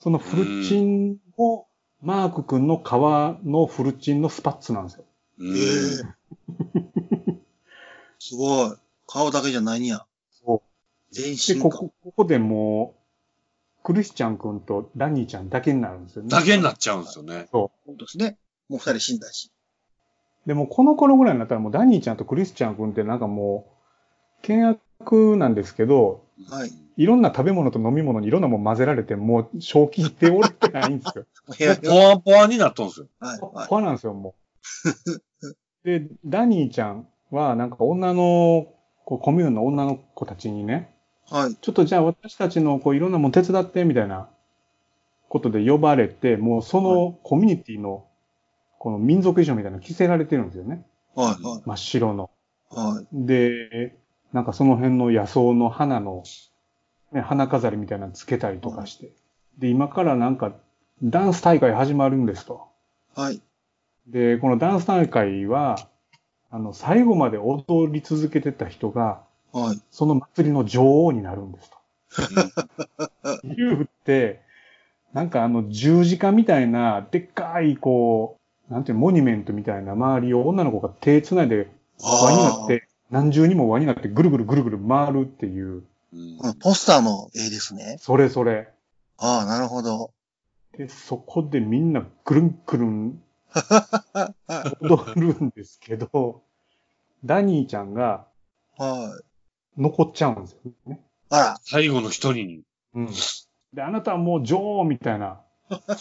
Speaker 4: そのフルチンを、マーク君の皮のフルチンのスパッツなんですよ。
Speaker 2: う
Speaker 3: え
Speaker 2: ん
Speaker 3: え。すごい。顔だけじゃないんや。
Speaker 4: そ
Speaker 3: 全
Speaker 4: で、
Speaker 3: 身
Speaker 4: こ
Speaker 3: か。
Speaker 4: こ、ここでもう、クリスチャン君とダニーちゃんだけになるんですよね。
Speaker 2: だけになっちゃうんですよね。
Speaker 3: そうですね。もう二人死んだし。
Speaker 4: でも、この頃ぐらいになったらもうダニーちゃんとクリスチャン君ってなんかもう、険悪なんですけど、
Speaker 3: はい
Speaker 4: いろんな食べ物と飲み物にいろんなもん混ぜられて、もう正気って折れてないんですよ。
Speaker 3: もう部
Speaker 2: で
Speaker 3: 屋
Speaker 2: ポワポワになっとんですよ。
Speaker 3: はい。はい。
Speaker 4: そうなんですよ、もう。 で、ダニーちゃんはなんか女の、こうコミューンの女の子たちにね、
Speaker 3: はい。
Speaker 4: ちょっとじゃあ私たちのこういろんなもん手伝ってみたいなことで呼ばれて、もうそのコミュニティのこの民族衣装みたいなの着せられてるんですよね。
Speaker 3: はい。はい。
Speaker 4: 真っ白の。
Speaker 3: はい。
Speaker 4: で、なんかその辺の野草の花の、ね、花飾りみたいなのつけたりとかして。で、今からなんかダンス大会始まるんですと。
Speaker 3: はい。
Speaker 4: で、このダンス大会は、あの、最後まで踊り続けてた人が、
Speaker 3: はい。
Speaker 4: その祭りの女王になるんですと。言うって、なんかあの十字架みたいな、でっかいこう、なんていうのモニュメントみたいな周りを女の子が手繋いで輪にな
Speaker 3: あ
Speaker 4: っ
Speaker 3: あ
Speaker 4: て、何重にも輪になってぐるぐるぐるぐる回るっていう、
Speaker 2: うん
Speaker 3: このポスターの絵ですね。
Speaker 4: それそれ。
Speaker 3: ああ、なるほど。
Speaker 4: で、そこでみんなぐるんぐるん
Speaker 3: はい。は
Speaker 4: 踊るんですけど、 ダニーちゃんが
Speaker 3: い。
Speaker 4: 残っちゃうんですよね。
Speaker 3: あら。
Speaker 2: 最後の一人に。
Speaker 4: うん。で、あなたはもう女王みたいな。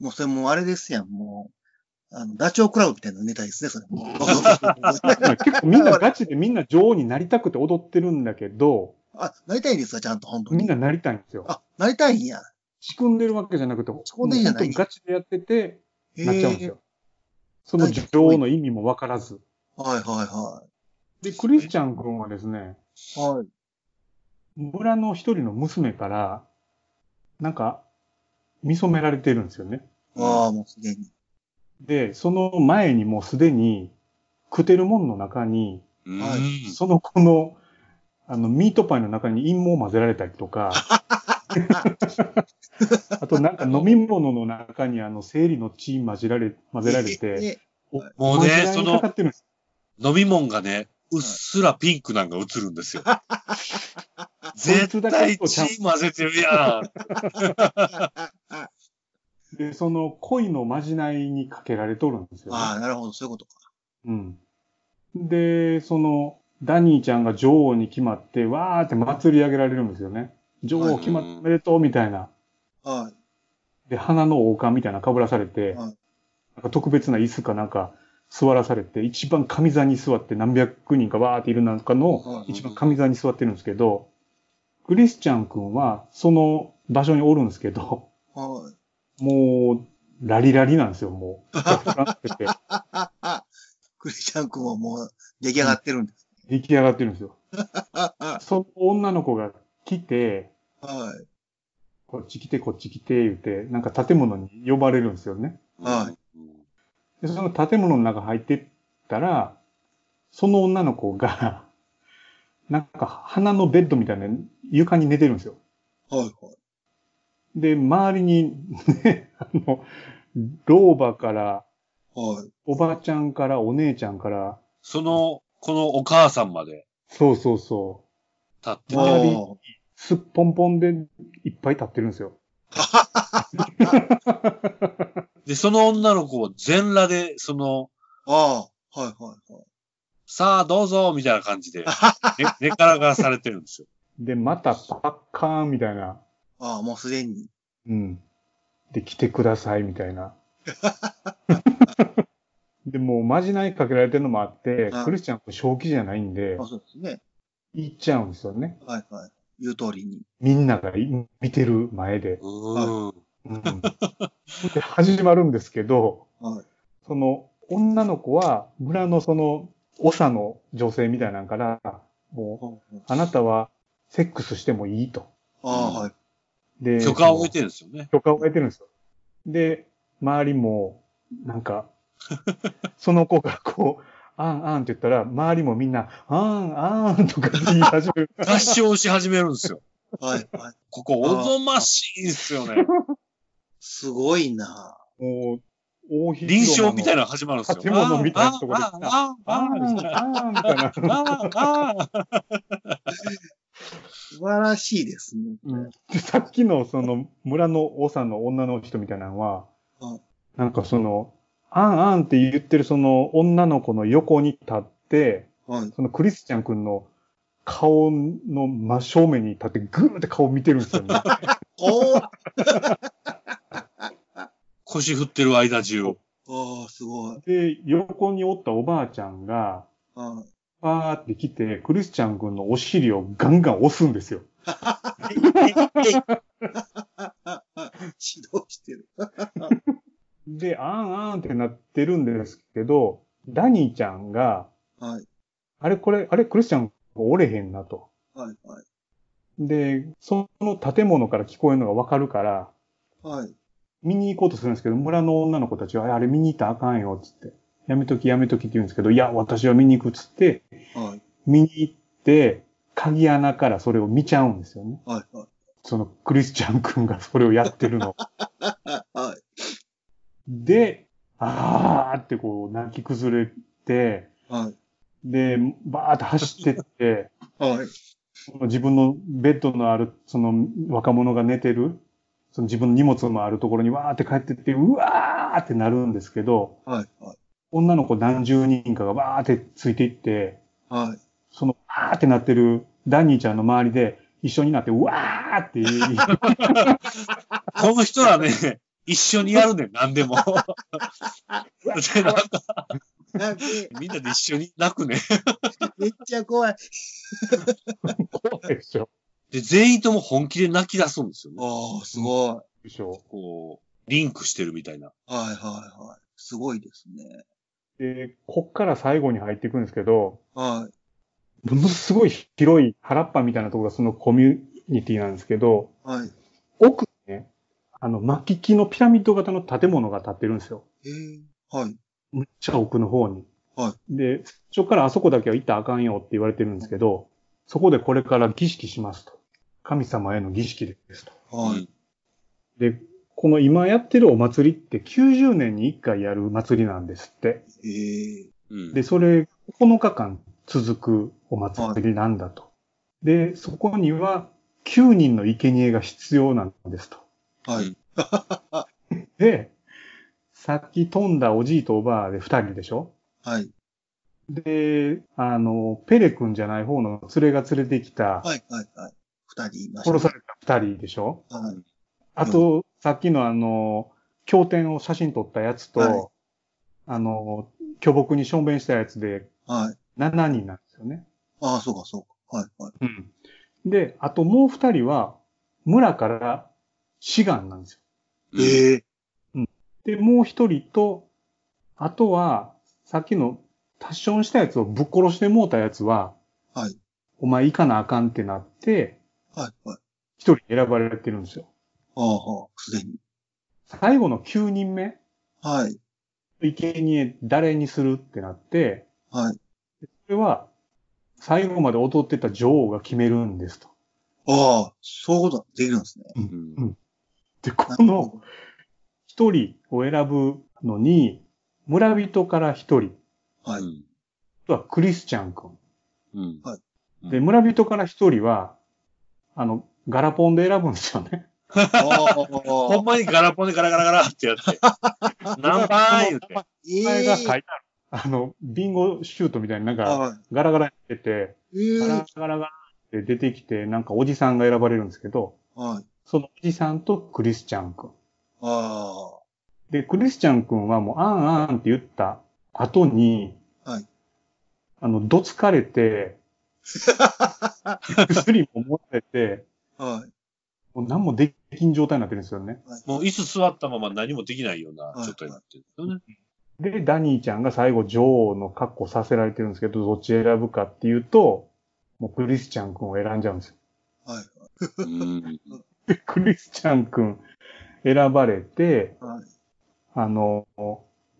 Speaker 3: もうそれもうあれですやん、もう。あの、ダチョウクラウみたいなネタですね、それ もう。
Speaker 4: 結構みんなガチでみんな女王になりたくて踊ってるんだけど、
Speaker 3: あ、なりたいんですか、ちゃんと、本当に。
Speaker 4: みんななりたいんですよ。
Speaker 3: あ、なりたいんや。
Speaker 4: 仕組んでるわけじゃなくて、
Speaker 3: そこでじゃない
Speaker 4: もう本当にガチでやってて、
Speaker 3: へえ
Speaker 4: なっちゃうんですよ。その女王の意味もわからず。
Speaker 3: はいはいは
Speaker 4: で、クリスチャン君はですね、
Speaker 3: い。はい。
Speaker 4: 村の一人の娘から、なんか、見初められてるんですよね。
Speaker 3: ああ、もうすでに。
Speaker 4: で、その前にもうすでに、食ってるもんの中に、
Speaker 2: うん
Speaker 3: は
Speaker 4: その子の、あの、ミートパイの中に陰謀を混ぜられたりとか、あとなんか飲み物の中にあの生理の血混じられ、混ぜられて、
Speaker 3: で
Speaker 2: もうね、その
Speaker 4: かかってるんです
Speaker 2: 飲み物がね、うっすらピンクなんか映るんですよ。絶対血混ぜてるやん。
Speaker 4: で、その恋のまじないにかけられとるんですよ、ね
Speaker 3: ああ、なるほど、そういうことか。
Speaker 4: うん。で、その、ダニーちゃんが女王に決まって、わーって祭り上げられるんですよね。女王決まっておめでとうみたいな。
Speaker 3: は
Speaker 4: で、花の王冠みたいな被らされ
Speaker 3: は
Speaker 4: て、
Speaker 3: い
Speaker 4: なんか特別な椅子かなんか座らされて、一番上座に座って何百人かわーっている中
Speaker 3: は
Speaker 4: の、
Speaker 3: い
Speaker 4: 一番上座に座ってるんですけど、クリスチャン君はその場所におるんですけど、
Speaker 3: い。はい。
Speaker 4: もう、ラリラリなんですよ、も う。
Speaker 3: ああ、クリスチャン君はもう出来上がってるんです。
Speaker 4: 出来上がってるんですよ。
Speaker 3: ああ、
Speaker 4: その女の子が来て、
Speaker 3: はい。
Speaker 4: こっち来て、こっち来て、言って、なんか建物に呼ばれるんですよね。
Speaker 3: は
Speaker 4: で、その建物の中入ってったら、その女の子が、 なんか花のベッドみたいな床に寝てるんですよ。
Speaker 3: はい、はい。
Speaker 4: で、周りに、ね、あの、老婆から、
Speaker 3: はい。
Speaker 4: おばちゃんから、お姉ちゃんから、
Speaker 2: その、このお母さんまで
Speaker 4: そうそうそ
Speaker 2: 立って
Speaker 4: あ
Speaker 2: て、
Speaker 4: 周り
Speaker 3: あ
Speaker 4: う、すっぽんぽんでいっぱい立ってるんですよ。
Speaker 2: で、その女の子を全裸で、その、
Speaker 3: ああ、はい、はい、はい。
Speaker 2: さあどうぞみたいな感 じで、ね、寝からがされてるんですよ。
Speaker 4: で、またパッカーンみたいな、
Speaker 3: ああ、もうすでに。
Speaker 4: うん。で、来てください、みたいな。で、もう、まじないかけられてるのもあって
Speaker 3: うん、
Speaker 4: クリスチャンは正気じゃないんで
Speaker 3: あ、そうですね。
Speaker 4: 行っちゃうんですよね。
Speaker 3: はい、はい。言う通りに。
Speaker 4: みんながい見てる前で。
Speaker 2: うん。
Speaker 4: うん、で、始まるんですけど、
Speaker 3: はい。
Speaker 4: その、女の子は、村のその、長の女性みたいなんから、もう、あなたは、セックスしてもいいと。
Speaker 3: ああ、はい。
Speaker 4: で、
Speaker 2: 許可を置いてるんですよね。
Speaker 4: 許可を得てるんですよ。で、周りも、なんか、その子がこう、あんあんって言ったら、周りもみんな、あんあんとか言い始める。
Speaker 2: 合唱し始めるんです よ。
Speaker 3: はい、はい。
Speaker 2: ここ、おぞましいんですよね。
Speaker 3: すごいな。
Speaker 4: もう、大広
Speaker 2: 臨床みたいな
Speaker 4: な。
Speaker 2: の始まるんですよ。
Speaker 4: 建物みたいなとこで
Speaker 2: あーあー
Speaker 4: あ
Speaker 2: あーあー
Speaker 4: んあんみたいな。
Speaker 2: あーあー
Speaker 3: 素晴らしいですね。
Speaker 4: うんでさっきのその村の長の女の人みたいなのは
Speaker 3: うん、
Speaker 4: なんかその、あんあんって言ってるその女の子の横に立って、
Speaker 3: はい。
Speaker 4: そのクリスチャン君の顔の真正面に立ってグーって顔見てるんですよね。
Speaker 3: おー
Speaker 2: 腰振ってる間中を。
Speaker 3: ああ、すごい。
Speaker 4: で、横におったおばあちゃんが、
Speaker 3: はい。
Speaker 4: パーって来て、クリスチャン君のお尻をガンガン押すんですよ。
Speaker 3: 指導してる。
Speaker 4: で、あんあんってなってるんですけど、ダニーちゃんが、
Speaker 3: はい。
Speaker 4: あれこれ、あれクリスチャン折れへんなと。
Speaker 3: はい、はい。
Speaker 4: で、その建物から聞こえるのがわかるから、
Speaker 3: はい。
Speaker 4: 見に行こうとするんですけど、村の女の子たちは、あれあれ見に行ったらあかんよ、つって。やめときやめときって言うんですけど、いや、私は見に行くっつって、
Speaker 3: はい。
Speaker 4: 見に行って、鍵穴からそれを見ちゃうんですよね。
Speaker 3: はい。はい。
Speaker 4: そのクリスチャン君がそれをやってるの。
Speaker 3: はい。
Speaker 4: で、あーってこう泣き崩れて、
Speaker 3: はい。
Speaker 4: で、バーって走ってって、
Speaker 3: はい。
Speaker 4: その自分のベッドのある、その若者が寝てる、その自分の荷物のあるところにわーって帰ってって、うわーってなるんですけど、
Speaker 3: はい。はい。
Speaker 4: 女の子何十人かがわーってついていって、
Speaker 3: はい。
Speaker 4: その、あーってなってるダニーちゃんの周りで、一緒になって、うわーって言
Speaker 2: こ
Speaker 4: い
Speaker 2: の人らね、一緒にやるねん、何で も。でなんか
Speaker 3: なんで
Speaker 2: みんなで一緒に泣くね。
Speaker 3: めっちゃ怖い。
Speaker 4: 怖いでしょ。
Speaker 2: で、全員とも本気で泣き出すんですよね。
Speaker 3: ああ、すごい。
Speaker 4: でしょ。
Speaker 2: こう、リンクしてるみたいな。
Speaker 3: はい。はい。はい。すごいですね。
Speaker 4: で、こっから最後に入っていくんですけど、
Speaker 3: はい。
Speaker 4: ものすごい広い原っぱみたいなところがそのコミュニティなんですけど、
Speaker 3: はい。
Speaker 4: 奥にね、あの、巻き木のピラミッド型の建物が建ってるんですよ。
Speaker 3: えー、はい。
Speaker 4: むっちゃ奥の方に。
Speaker 3: は
Speaker 4: で、そこからあそこだけは行ったらあかんよって言われてるんですけど、そこでこれから儀式しますと。神様への儀式ですと。
Speaker 3: は
Speaker 2: う
Speaker 3: い。
Speaker 2: ん
Speaker 4: で、この今やってるお祭りって90年に1回やる祭りなんですって。
Speaker 3: ええ
Speaker 2: うん
Speaker 4: で、それ9日間続くお祭りなんだと。で、そこには9人の生贄が必要なんですと。
Speaker 3: は
Speaker 2: う
Speaker 3: い
Speaker 2: ん。
Speaker 4: で、さっき飛んだおじいとおばあで2人でしょ
Speaker 3: はい。
Speaker 4: で、あの、ペレ君じゃない方の連れが連れてきた、
Speaker 3: はい。はい。はい。二人いました。
Speaker 4: 殺された2人でしょ
Speaker 3: はい。
Speaker 4: あと、さっきのあの、経典を写真撮ったやつと、
Speaker 3: はい
Speaker 4: あの、巨木にしょんべんしたやつで
Speaker 3: はい。
Speaker 4: 7人なんですよね。
Speaker 3: ああ、そうか、そうか。はい。はい。
Speaker 4: うん。で、あともう2人は、村から志願なんですよ。
Speaker 2: うん
Speaker 3: ええ
Speaker 4: で、もう1人と、あとは、さっきのタッションしたやつをぶっ殺してもうたやつは、
Speaker 3: はい。
Speaker 4: お前行かなあかんってなって、
Speaker 3: はい。はい。
Speaker 4: 1人選ばれてるんですよ。
Speaker 3: ああ、はあ、すでに。
Speaker 4: 最後の9人目、
Speaker 3: はい。
Speaker 4: 生贄誰にするってなって、
Speaker 3: はい。
Speaker 4: それは、最後まで踊ってた女王が決めるんですと。
Speaker 3: ああ、そういうことできるんですね。
Speaker 2: うん
Speaker 4: で、
Speaker 3: な
Speaker 4: こ
Speaker 3: る
Speaker 4: の
Speaker 3: ほど
Speaker 4: 一人を選ぶのに、村人から一人、
Speaker 3: はい。
Speaker 4: はクリスチャン君。
Speaker 2: うん
Speaker 4: で、村人から一人は、あの、ガラポンで選ぶんですよね。
Speaker 3: あ
Speaker 2: ほん
Speaker 3: あ、
Speaker 2: まにガラポンでガラガラガラってや って。何番言うて。
Speaker 3: ええ
Speaker 4: 名前が書いてある。あの、ビンゴシュートみたいになんか、
Speaker 3: は
Speaker 4: ガラガラやってて、
Speaker 3: い。ええ
Speaker 4: ガラガラガラって出てきて、なんかおじさんが選ばれるんですけど、
Speaker 3: はい。
Speaker 4: そのおじさんとクリスチャン君。
Speaker 3: あ
Speaker 4: で、クリスチャン君はもう、あんあんって言った後に、
Speaker 3: はい
Speaker 4: あの、どつかれ て、薬も持ってて、
Speaker 3: あ、はい。
Speaker 4: もう何もできん状態になってるんですよね。
Speaker 2: もう椅子座ったまま何もできないような状態になってるんですよね。
Speaker 4: で、ダニーちゃんが最後女王の格好させられてるんですけど、どっち選ぶかっていうと、もうクリスチャン君を選んじゃうんですよ。
Speaker 3: はい。
Speaker 2: うん
Speaker 4: で、クリスチャン君選ばれて、
Speaker 3: はい。
Speaker 4: あの、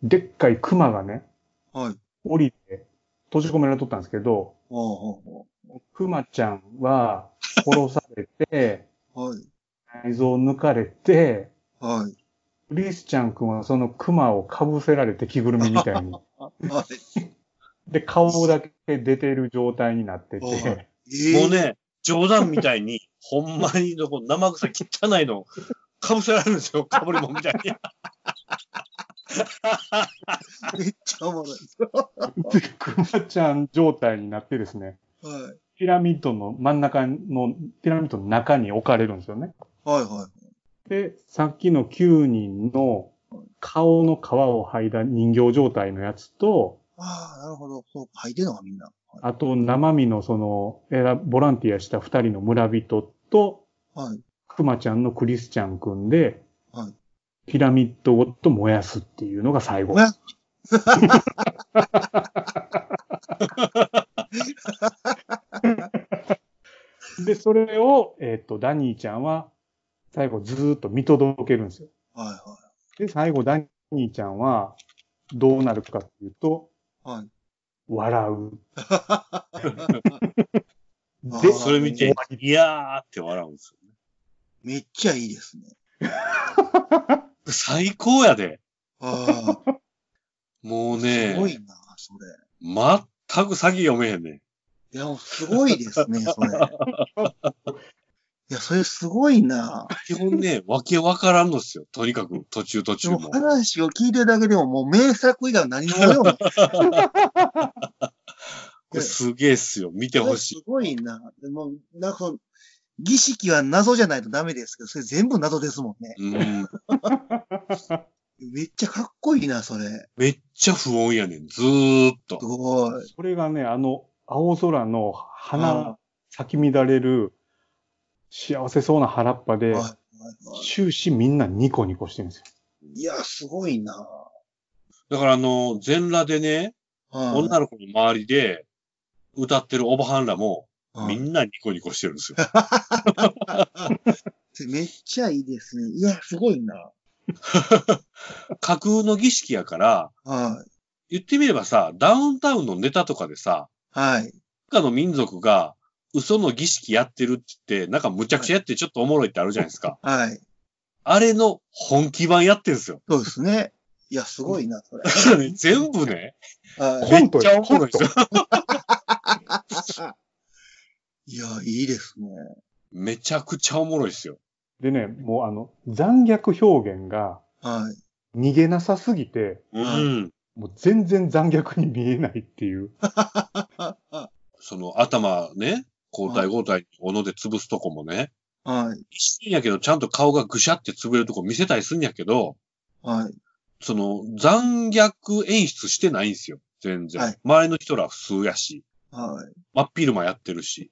Speaker 4: でっかい熊がね、
Speaker 3: はい。
Speaker 4: 降りて閉じ込められとったんですけど、
Speaker 3: ああ、は
Speaker 4: くまちゃんは殺されて、
Speaker 3: あ、はい。
Speaker 4: 内臓を抜かれて、
Speaker 3: はい。
Speaker 4: クリスチャン君はそのクマをかぶせられて着ぐるみみたいに。
Speaker 3: はい。
Speaker 4: で、顔だけ出てる状態になって
Speaker 3: は
Speaker 4: て、
Speaker 3: ええ
Speaker 2: もうね、冗談みたいに、ほんまにどこ生臭い汚いの、かぶせられるんですよ。かぶりもんみたい に。
Speaker 3: めっちゃおもろい。
Speaker 4: で、クマちゃん状態になってですね、
Speaker 3: はい。
Speaker 4: ピラミッドの真ん中の、ピラミッドの中に置かれるんですよね。
Speaker 3: はい、は
Speaker 4: で、さっきの9人の顔の皮を剥いだ人形状態のやつと、
Speaker 3: い。ああ、なるほど。そうか、履いてんのか、みんな。は
Speaker 4: あと生身のその、選ボランティアした2人の村人と、
Speaker 3: い。はい。
Speaker 4: クマちゃんのクリスチャンくんで、
Speaker 3: はい
Speaker 4: ピラミッドごと燃やすっていうのが最後。
Speaker 3: 燃やす
Speaker 4: で、それを、えっ、と、ダニーちゃんは、最後ずーっと見届けるんですよ。
Speaker 3: はい、はい。
Speaker 4: で、最後、ダニーちゃんは、どうなるかっていうと、
Speaker 3: はい
Speaker 4: 笑 う。
Speaker 3: あー
Speaker 4: で、
Speaker 2: それ見て、いやーって笑うんですよ。
Speaker 3: めっちゃいいですね。
Speaker 2: 最高やで。
Speaker 3: ああ、
Speaker 2: もう
Speaker 3: すご
Speaker 2: ね、
Speaker 3: いな、それ。
Speaker 2: 全く先読めへんねん。
Speaker 3: いや、すごいです ね、それ。いや、それすごいな。
Speaker 2: 基本 ね、わけわからんのっすよ。とにかく、途中途
Speaker 3: で
Speaker 2: 中
Speaker 3: も
Speaker 2: も。
Speaker 3: 話を聞いてるだけでも、もう名作以外は 何もよ。
Speaker 2: これすげえっすよ。見てほし
Speaker 3: すごいな。でも、なんかその、儀式は謎じゃないとダメですけど、それ全部謎ですもんね。
Speaker 2: い。うん。
Speaker 3: めっちゃかっこいいな、それ。す
Speaker 2: めっちゃ不穏やねん。ずーっと。
Speaker 3: ごい。
Speaker 4: それがね、あの、青空の
Speaker 3: あ
Speaker 4: 花、咲き乱れる、幸せそうな原っぱで、
Speaker 3: はい
Speaker 4: 終始みんなニコニコしてるんですよ。
Speaker 3: いや、すごいな。
Speaker 2: だからあの、全裸でね、
Speaker 3: はい
Speaker 2: 女の子の周りで歌ってるおばはんらも、
Speaker 3: は
Speaker 2: み
Speaker 3: い
Speaker 2: んなニコニコしてるんですよ。
Speaker 3: めっちゃいいですね。いや、すごいな。
Speaker 2: 架空の儀式やから、
Speaker 3: はい。
Speaker 2: 言ってみればさ、ダウンタウンのネタとかでさ、
Speaker 3: はい。
Speaker 2: 他の民族が嘘の儀式やってるって言って、なんかむちゃくちゃやってちょっとおもろいってあるじゃないですか。
Speaker 3: はい。
Speaker 2: あれの本気版やってんすよ。
Speaker 3: そうですね。いや、すごいな、それ。
Speaker 2: だからね、全部ね、
Speaker 3: は
Speaker 4: コント
Speaker 2: めっちゃ
Speaker 4: よ、
Speaker 2: おも
Speaker 4: コ
Speaker 2: ろ
Speaker 4: ン
Speaker 2: いで
Speaker 4: ト
Speaker 2: す。よ。
Speaker 3: い。いや、いいですね。
Speaker 2: めちゃくちゃおもろいですよ。
Speaker 4: でね、もうあの、残虐表現が
Speaker 3: はい。
Speaker 4: 逃げなさすぎて、
Speaker 2: うん。
Speaker 4: もう全然残虐に見えないっていう。
Speaker 2: その頭ね、交代交代、斧で潰すとこもね、
Speaker 3: はい。
Speaker 2: 一瞬やけど、ちゃんと顔がぐしゃって潰れるとこ見せたりすんやけど、
Speaker 3: はい。
Speaker 2: その残虐演出してないんですよ。全然。
Speaker 3: はい
Speaker 2: 周りの人ら普通やし、
Speaker 3: はい。
Speaker 2: 真っ昼間やってる し。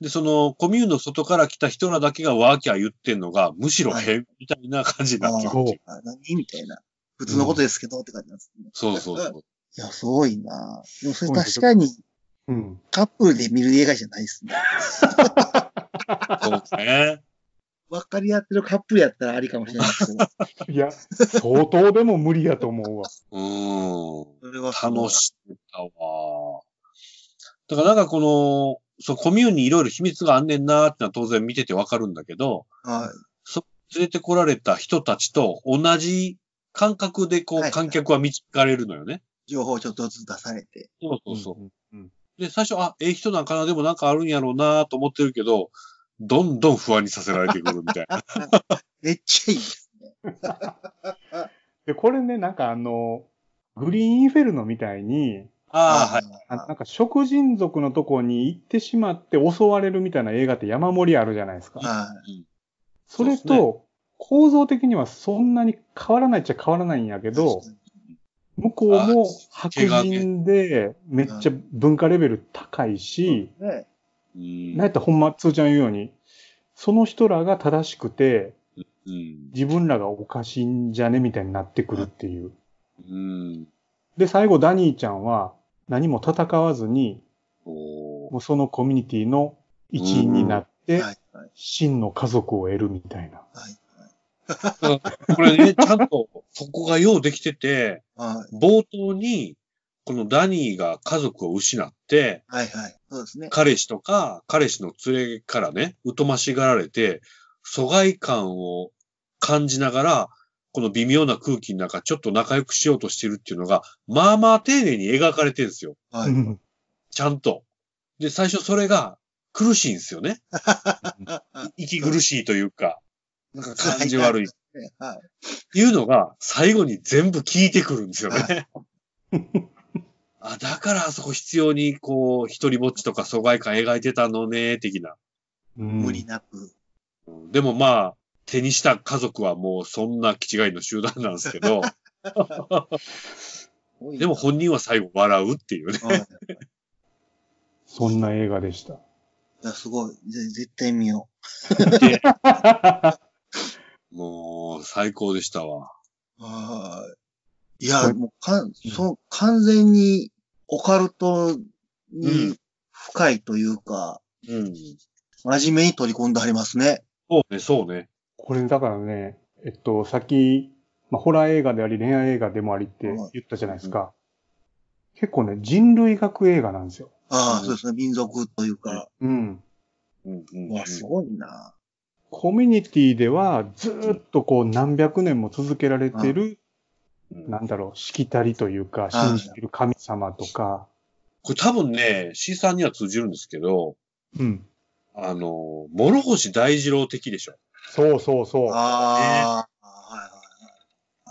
Speaker 2: で、その、コミューンの外から来た人らだけがワーキャー言ってんのが、むしろ変みたいな感じになってる。
Speaker 3: あ
Speaker 4: そう
Speaker 3: あ何みたいな。普通のことですけど、って感じなんですね。
Speaker 2: そうそうそう。
Speaker 3: いや、すごいな。でもそれ
Speaker 4: そうで
Speaker 3: 確
Speaker 4: す
Speaker 3: かに
Speaker 4: うん。
Speaker 3: カップルで見る映画じゃないですね。
Speaker 2: そうですね。
Speaker 3: 分かり合ってるカップルやったらありかもしれないです けど。
Speaker 4: いや、相当でも無理やと思うわ。
Speaker 2: うーん。
Speaker 3: それはすごい
Speaker 2: 楽しかったわ。だからなんかこの、そう、コミューンにいろいろ秘密があんねんなーってのは当然見ててわかるんだけど、
Speaker 3: は
Speaker 2: 連れてこられた人たちと同じ感覚でこ
Speaker 3: は
Speaker 2: う、
Speaker 3: い
Speaker 2: 観客は導かれるのよね。
Speaker 3: い。情報をちょっとずつ出されて。
Speaker 2: そうそうそう。
Speaker 4: うん。うん
Speaker 2: で、最初、あ、ええ人なんかな、でもなんかあるんやろうなと思ってるけど、どんどん不安にさせられてくるみたい な。
Speaker 3: めっちゃいいです。
Speaker 4: で、これね、なんかあの、グリーンインフェルノみたいに、
Speaker 2: ああ、はい。
Speaker 4: あ
Speaker 3: あ
Speaker 4: なんか食人族のとこに行ってしまって襲われるみたいな映画って山盛りあるじゃないですか。
Speaker 3: は
Speaker 2: そう
Speaker 4: それ
Speaker 2: です
Speaker 4: と、構造的にはそんなに変わらないっちゃ変わらないんやけ
Speaker 3: い。
Speaker 4: ど、向こうも白
Speaker 2: あ毛
Speaker 4: 人でめっちゃ文化レベル高いし、
Speaker 3: ね。
Speaker 2: う
Speaker 4: なんや
Speaker 2: ん。
Speaker 4: ったらほんま、つーちゃん言うように、その人らが正しくて、
Speaker 2: うん。
Speaker 4: 自分らがおかしいんじゃねみたいになってくるっていう。
Speaker 2: うん。
Speaker 4: で、最後、ダニーちゃんは何も戦わずに、
Speaker 2: おー
Speaker 4: もうそのコミュニティの一員になって、
Speaker 3: はい。はい。
Speaker 4: 真の家族を得るみたいな。
Speaker 2: これね、ちゃんと、そこがようできてて、
Speaker 3: はい。
Speaker 2: 冒頭に、このダニーが家族を失って、
Speaker 3: はい。はい。そうですね。
Speaker 2: 彼氏とか、彼氏の連れからね、疎ましがられて、疎外感を感じながら、この微妙な空気の中、ちょっと仲良くしようとしてるっていうのが、まあまあ丁寧に描かれてるんですよ。
Speaker 3: は
Speaker 4: う
Speaker 3: い。
Speaker 4: ん
Speaker 2: ちゃんと。で、最初それが苦しいんですよね。息苦しいというか、
Speaker 3: なんか
Speaker 2: 感じ悪い。っ
Speaker 3: はい。
Speaker 2: ていうのが、最後に全部効いてくるんですよね。 あ、だからあそこ必要に、こう、一人ぼっちとか疎外感描いてたのね、的な。
Speaker 3: 無理なく。
Speaker 2: うんでもまあ、手にした家族はもうそんな気違いの集団なんですけ ど、でも本人は最後笑うっていうね。
Speaker 3: はい。い
Speaker 4: そんな映画でした。
Speaker 3: や、すごい。ぜ絶対見よ
Speaker 2: もう、最高でしたわ。
Speaker 3: う。はい。いや、もう、かん、そう、完全に、オカルト
Speaker 2: う
Speaker 3: に深いというか、
Speaker 2: うん。
Speaker 3: 真面目に取り込んでありますね。
Speaker 2: そうね、そうね。
Speaker 4: これだからね、えっと、さっき、まあ、ホラー映画であり、恋愛映画でもありって
Speaker 3: はい
Speaker 4: 言ったじゃないですか。結構ね、人類学映画なんですよ。
Speaker 3: あ
Speaker 2: うん
Speaker 3: あ、そうですね。民族というか。
Speaker 4: うん。
Speaker 2: うんうん
Speaker 3: うわ、すごいな。
Speaker 4: コミュニティではずーっとこう何百年も続けられてる、
Speaker 2: うん
Speaker 4: なんだろう、しきたりというか、信じてる神様とか、
Speaker 2: これ多分ね、C さんには通じるんですけど、
Speaker 4: うん。
Speaker 2: あの、諸星大二郎的でしょ。
Speaker 4: そうそうそう。
Speaker 3: ああ、は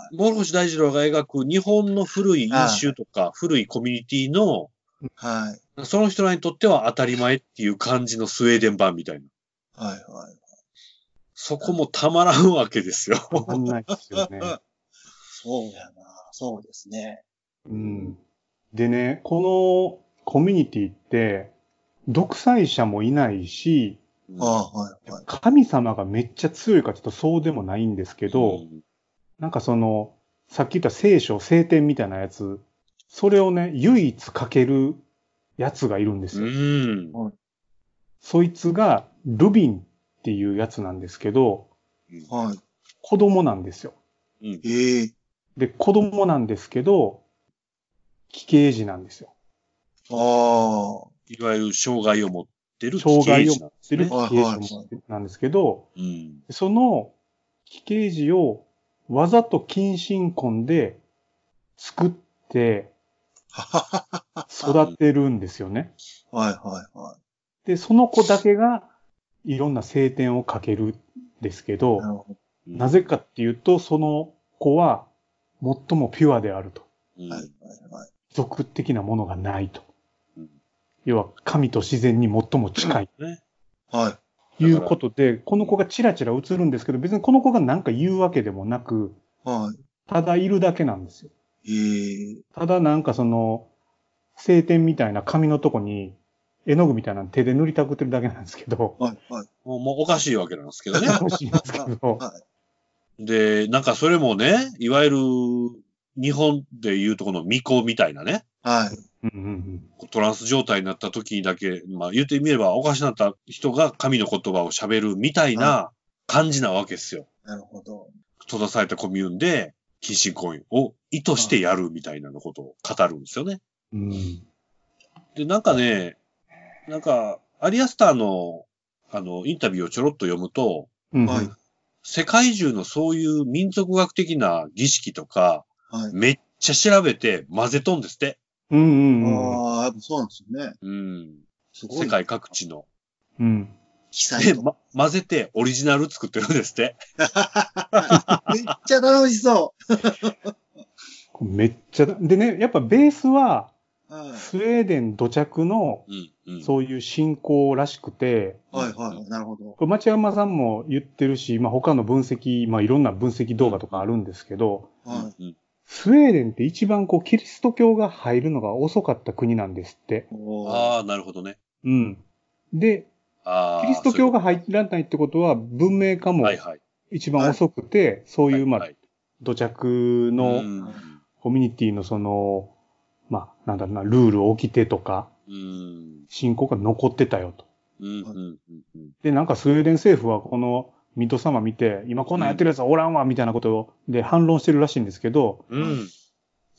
Speaker 3: いはい。
Speaker 2: 諸星大二郎が描く日本の古い飲酒とか、古いコミュニティの、
Speaker 3: はい。
Speaker 2: その人らにとっては当たり前っていう感じのスウェーデン版みたいな。
Speaker 3: はいはい。
Speaker 2: そこもたまらんわけですよ。
Speaker 4: わかんないですよね。
Speaker 3: そうやな。そうですね。
Speaker 4: うん。でね、このコミュニティって、独裁者もいないし、
Speaker 3: ああ、はいはい。
Speaker 4: 神様がめっちゃ強いかちょっとそうでもないんですけ
Speaker 2: け
Speaker 4: ど、なんかその、さっき言った聖書、聖典みたいなやつ、それをね、唯一書けるやつがいるんです
Speaker 2: う
Speaker 4: よ。
Speaker 2: ん。
Speaker 4: そいつが、ルビンっていうやつなんですけど、
Speaker 3: は
Speaker 4: 子供なんですよ。
Speaker 2: うん
Speaker 3: い。ええ
Speaker 4: で、子供なんですけど、奇形児なんですよ。
Speaker 3: ああ。
Speaker 2: いわゆる障害を持ってる
Speaker 4: 障害
Speaker 2: 刑
Speaker 4: を
Speaker 2: 事
Speaker 4: 持ってる
Speaker 3: はい
Speaker 4: 刑事を持ってるなんですけど、
Speaker 2: うん。
Speaker 4: その奇形児をわざと近親婚で作って育てるんですよね。
Speaker 3: はいはいは
Speaker 4: で、その子だけがいろんな聖典をかけるんですけ
Speaker 3: い。な
Speaker 4: ど、
Speaker 3: るほ
Speaker 4: なぜかっていうと、その子は最もピュアであると。
Speaker 2: うん
Speaker 3: ど。はいはいはい。
Speaker 4: 俗的なものがないと
Speaker 2: うん。
Speaker 4: 要は神と自然に最も近い
Speaker 2: ね。
Speaker 3: はい。
Speaker 4: ということで、この子がチラチラ映るんですけど、別にこの子が何か言うわけでもなく、
Speaker 3: は
Speaker 4: ただいるだけなんですよ。
Speaker 3: い。ええ
Speaker 4: ただなんかその、聖典みたいな紙のとこに、絵の具みたいなの手で塗りたくってるだけなんですけ ど、
Speaker 3: はいはい。
Speaker 2: もうもうおかしいわけなんですけ どね。
Speaker 4: 欲しいんですけど、
Speaker 3: はい。
Speaker 2: で、なんかそれもね、いわゆる、日本でいうとこの巫女みたいなね、
Speaker 3: はい。
Speaker 4: うんうんうん
Speaker 2: トランス状態になった時にだけ、まあ言ってみればおかしなった人が神の言葉を喋るみたいな感じなわけですよ。
Speaker 3: なるほど。
Speaker 2: 閉ざされたコミューンで、禁止行為を意図してやるみたいなのことを語るんですよね。
Speaker 4: うん。
Speaker 2: で、なんかね、なんか、アリアスターの、あの、インタビューをちょろっと読むと、
Speaker 4: うん。
Speaker 3: はい。
Speaker 2: 世界中のそういう民族学的な儀式とか、
Speaker 3: はい。
Speaker 2: めっちゃ調べて混ぜとんですって。
Speaker 4: うんうんうん。
Speaker 3: ああ、やっぱそうなんですよね。
Speaker 2: うん。
Speaker 3: すごい。
Speaker 2: 世界各地の。
Speaker 4: うん。
Speaker 3: 被災
Speaker 2: で、
Speaker 3: と。
Speaker 2: ま、混ぜてオリジナル作ってるんですって。
Speaker 3: めっちゃ楽しそ
Speaker 4: めっちゃだ、でね、やっぱベースは、
Speaker 3: う。はい。
Speaker 4: スウェーデン土着の
Speaker 2: うん。うん。
Speaker 4: そういう信仰らしくて、
Speaker 3: はいはい。なるほど。
Speaker 4: これ町山さんも言ってるし、まあ、他の分析、まあ、いろんな分析動画とかあるんですけど、
Speaker 3: はい。
Speaker 2: うん。
Speaker 4: スウェーデンって一番こう、キリスト教が入るのが遅かった国なんですって。
Speaker 3: おー
Speaker 2: ああ、なるほどね。
Speaker 4: うん。で、
Speaker 2: ああ。
Speaker 4: キリスト教
Speaker 2: が
Speaker 4: が入らないってことは、文明化も
Speaker 2: はいはい。
Speaker 4: 一番遅くて、そういう、ま
Speaker 2: は
Speaker 4: あ
Speaker 2: い、
Speaker 4: 土着
Speaker 2: はい、
Speaker 4: の
Speaker 2: うん
Speaker 4: コミュニティのその、まあ、なんだろうな、ルールを置きてとか、
Speaker 2: うん。
Speaker 4: 信仰が残ってたよと。
Speaker 2: うん。うん。うん。
Speaker 4: で、なんかスウェーデン政府はこのミッドサマー見て、今こんなんやってるやつはおらんわ、みたいなことで反論してるらしいんですけど、
Speaker 2: うん。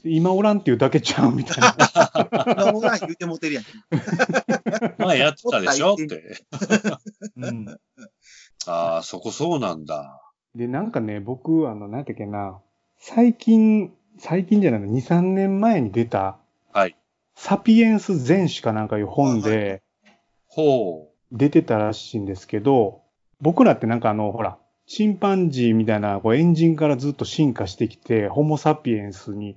Speaker 4: 今おらんっていうだけちゃうみた いな。
Speaker 3: 今も言うてもてるやん。
Speaker 2: まあやってたで しょって。
Speaker 4: うん
Speaker 2: ああ、そこそうなんだ。
Speaker 4: で、なんかね、僕、あの、なんてっけな、最近、最近じゃないの、2、3年前に出た、
Speaker 2: はい。
Speaker 4: サピエンス全史かなんかいう本で
Speaker 2: ほ
Speaker 4: 出てたらしいんですけど、僕らってなんかあの、ほら、チンパンジーみたいな、こう、エンジンからずっと進化してきて、ホモサピエンスに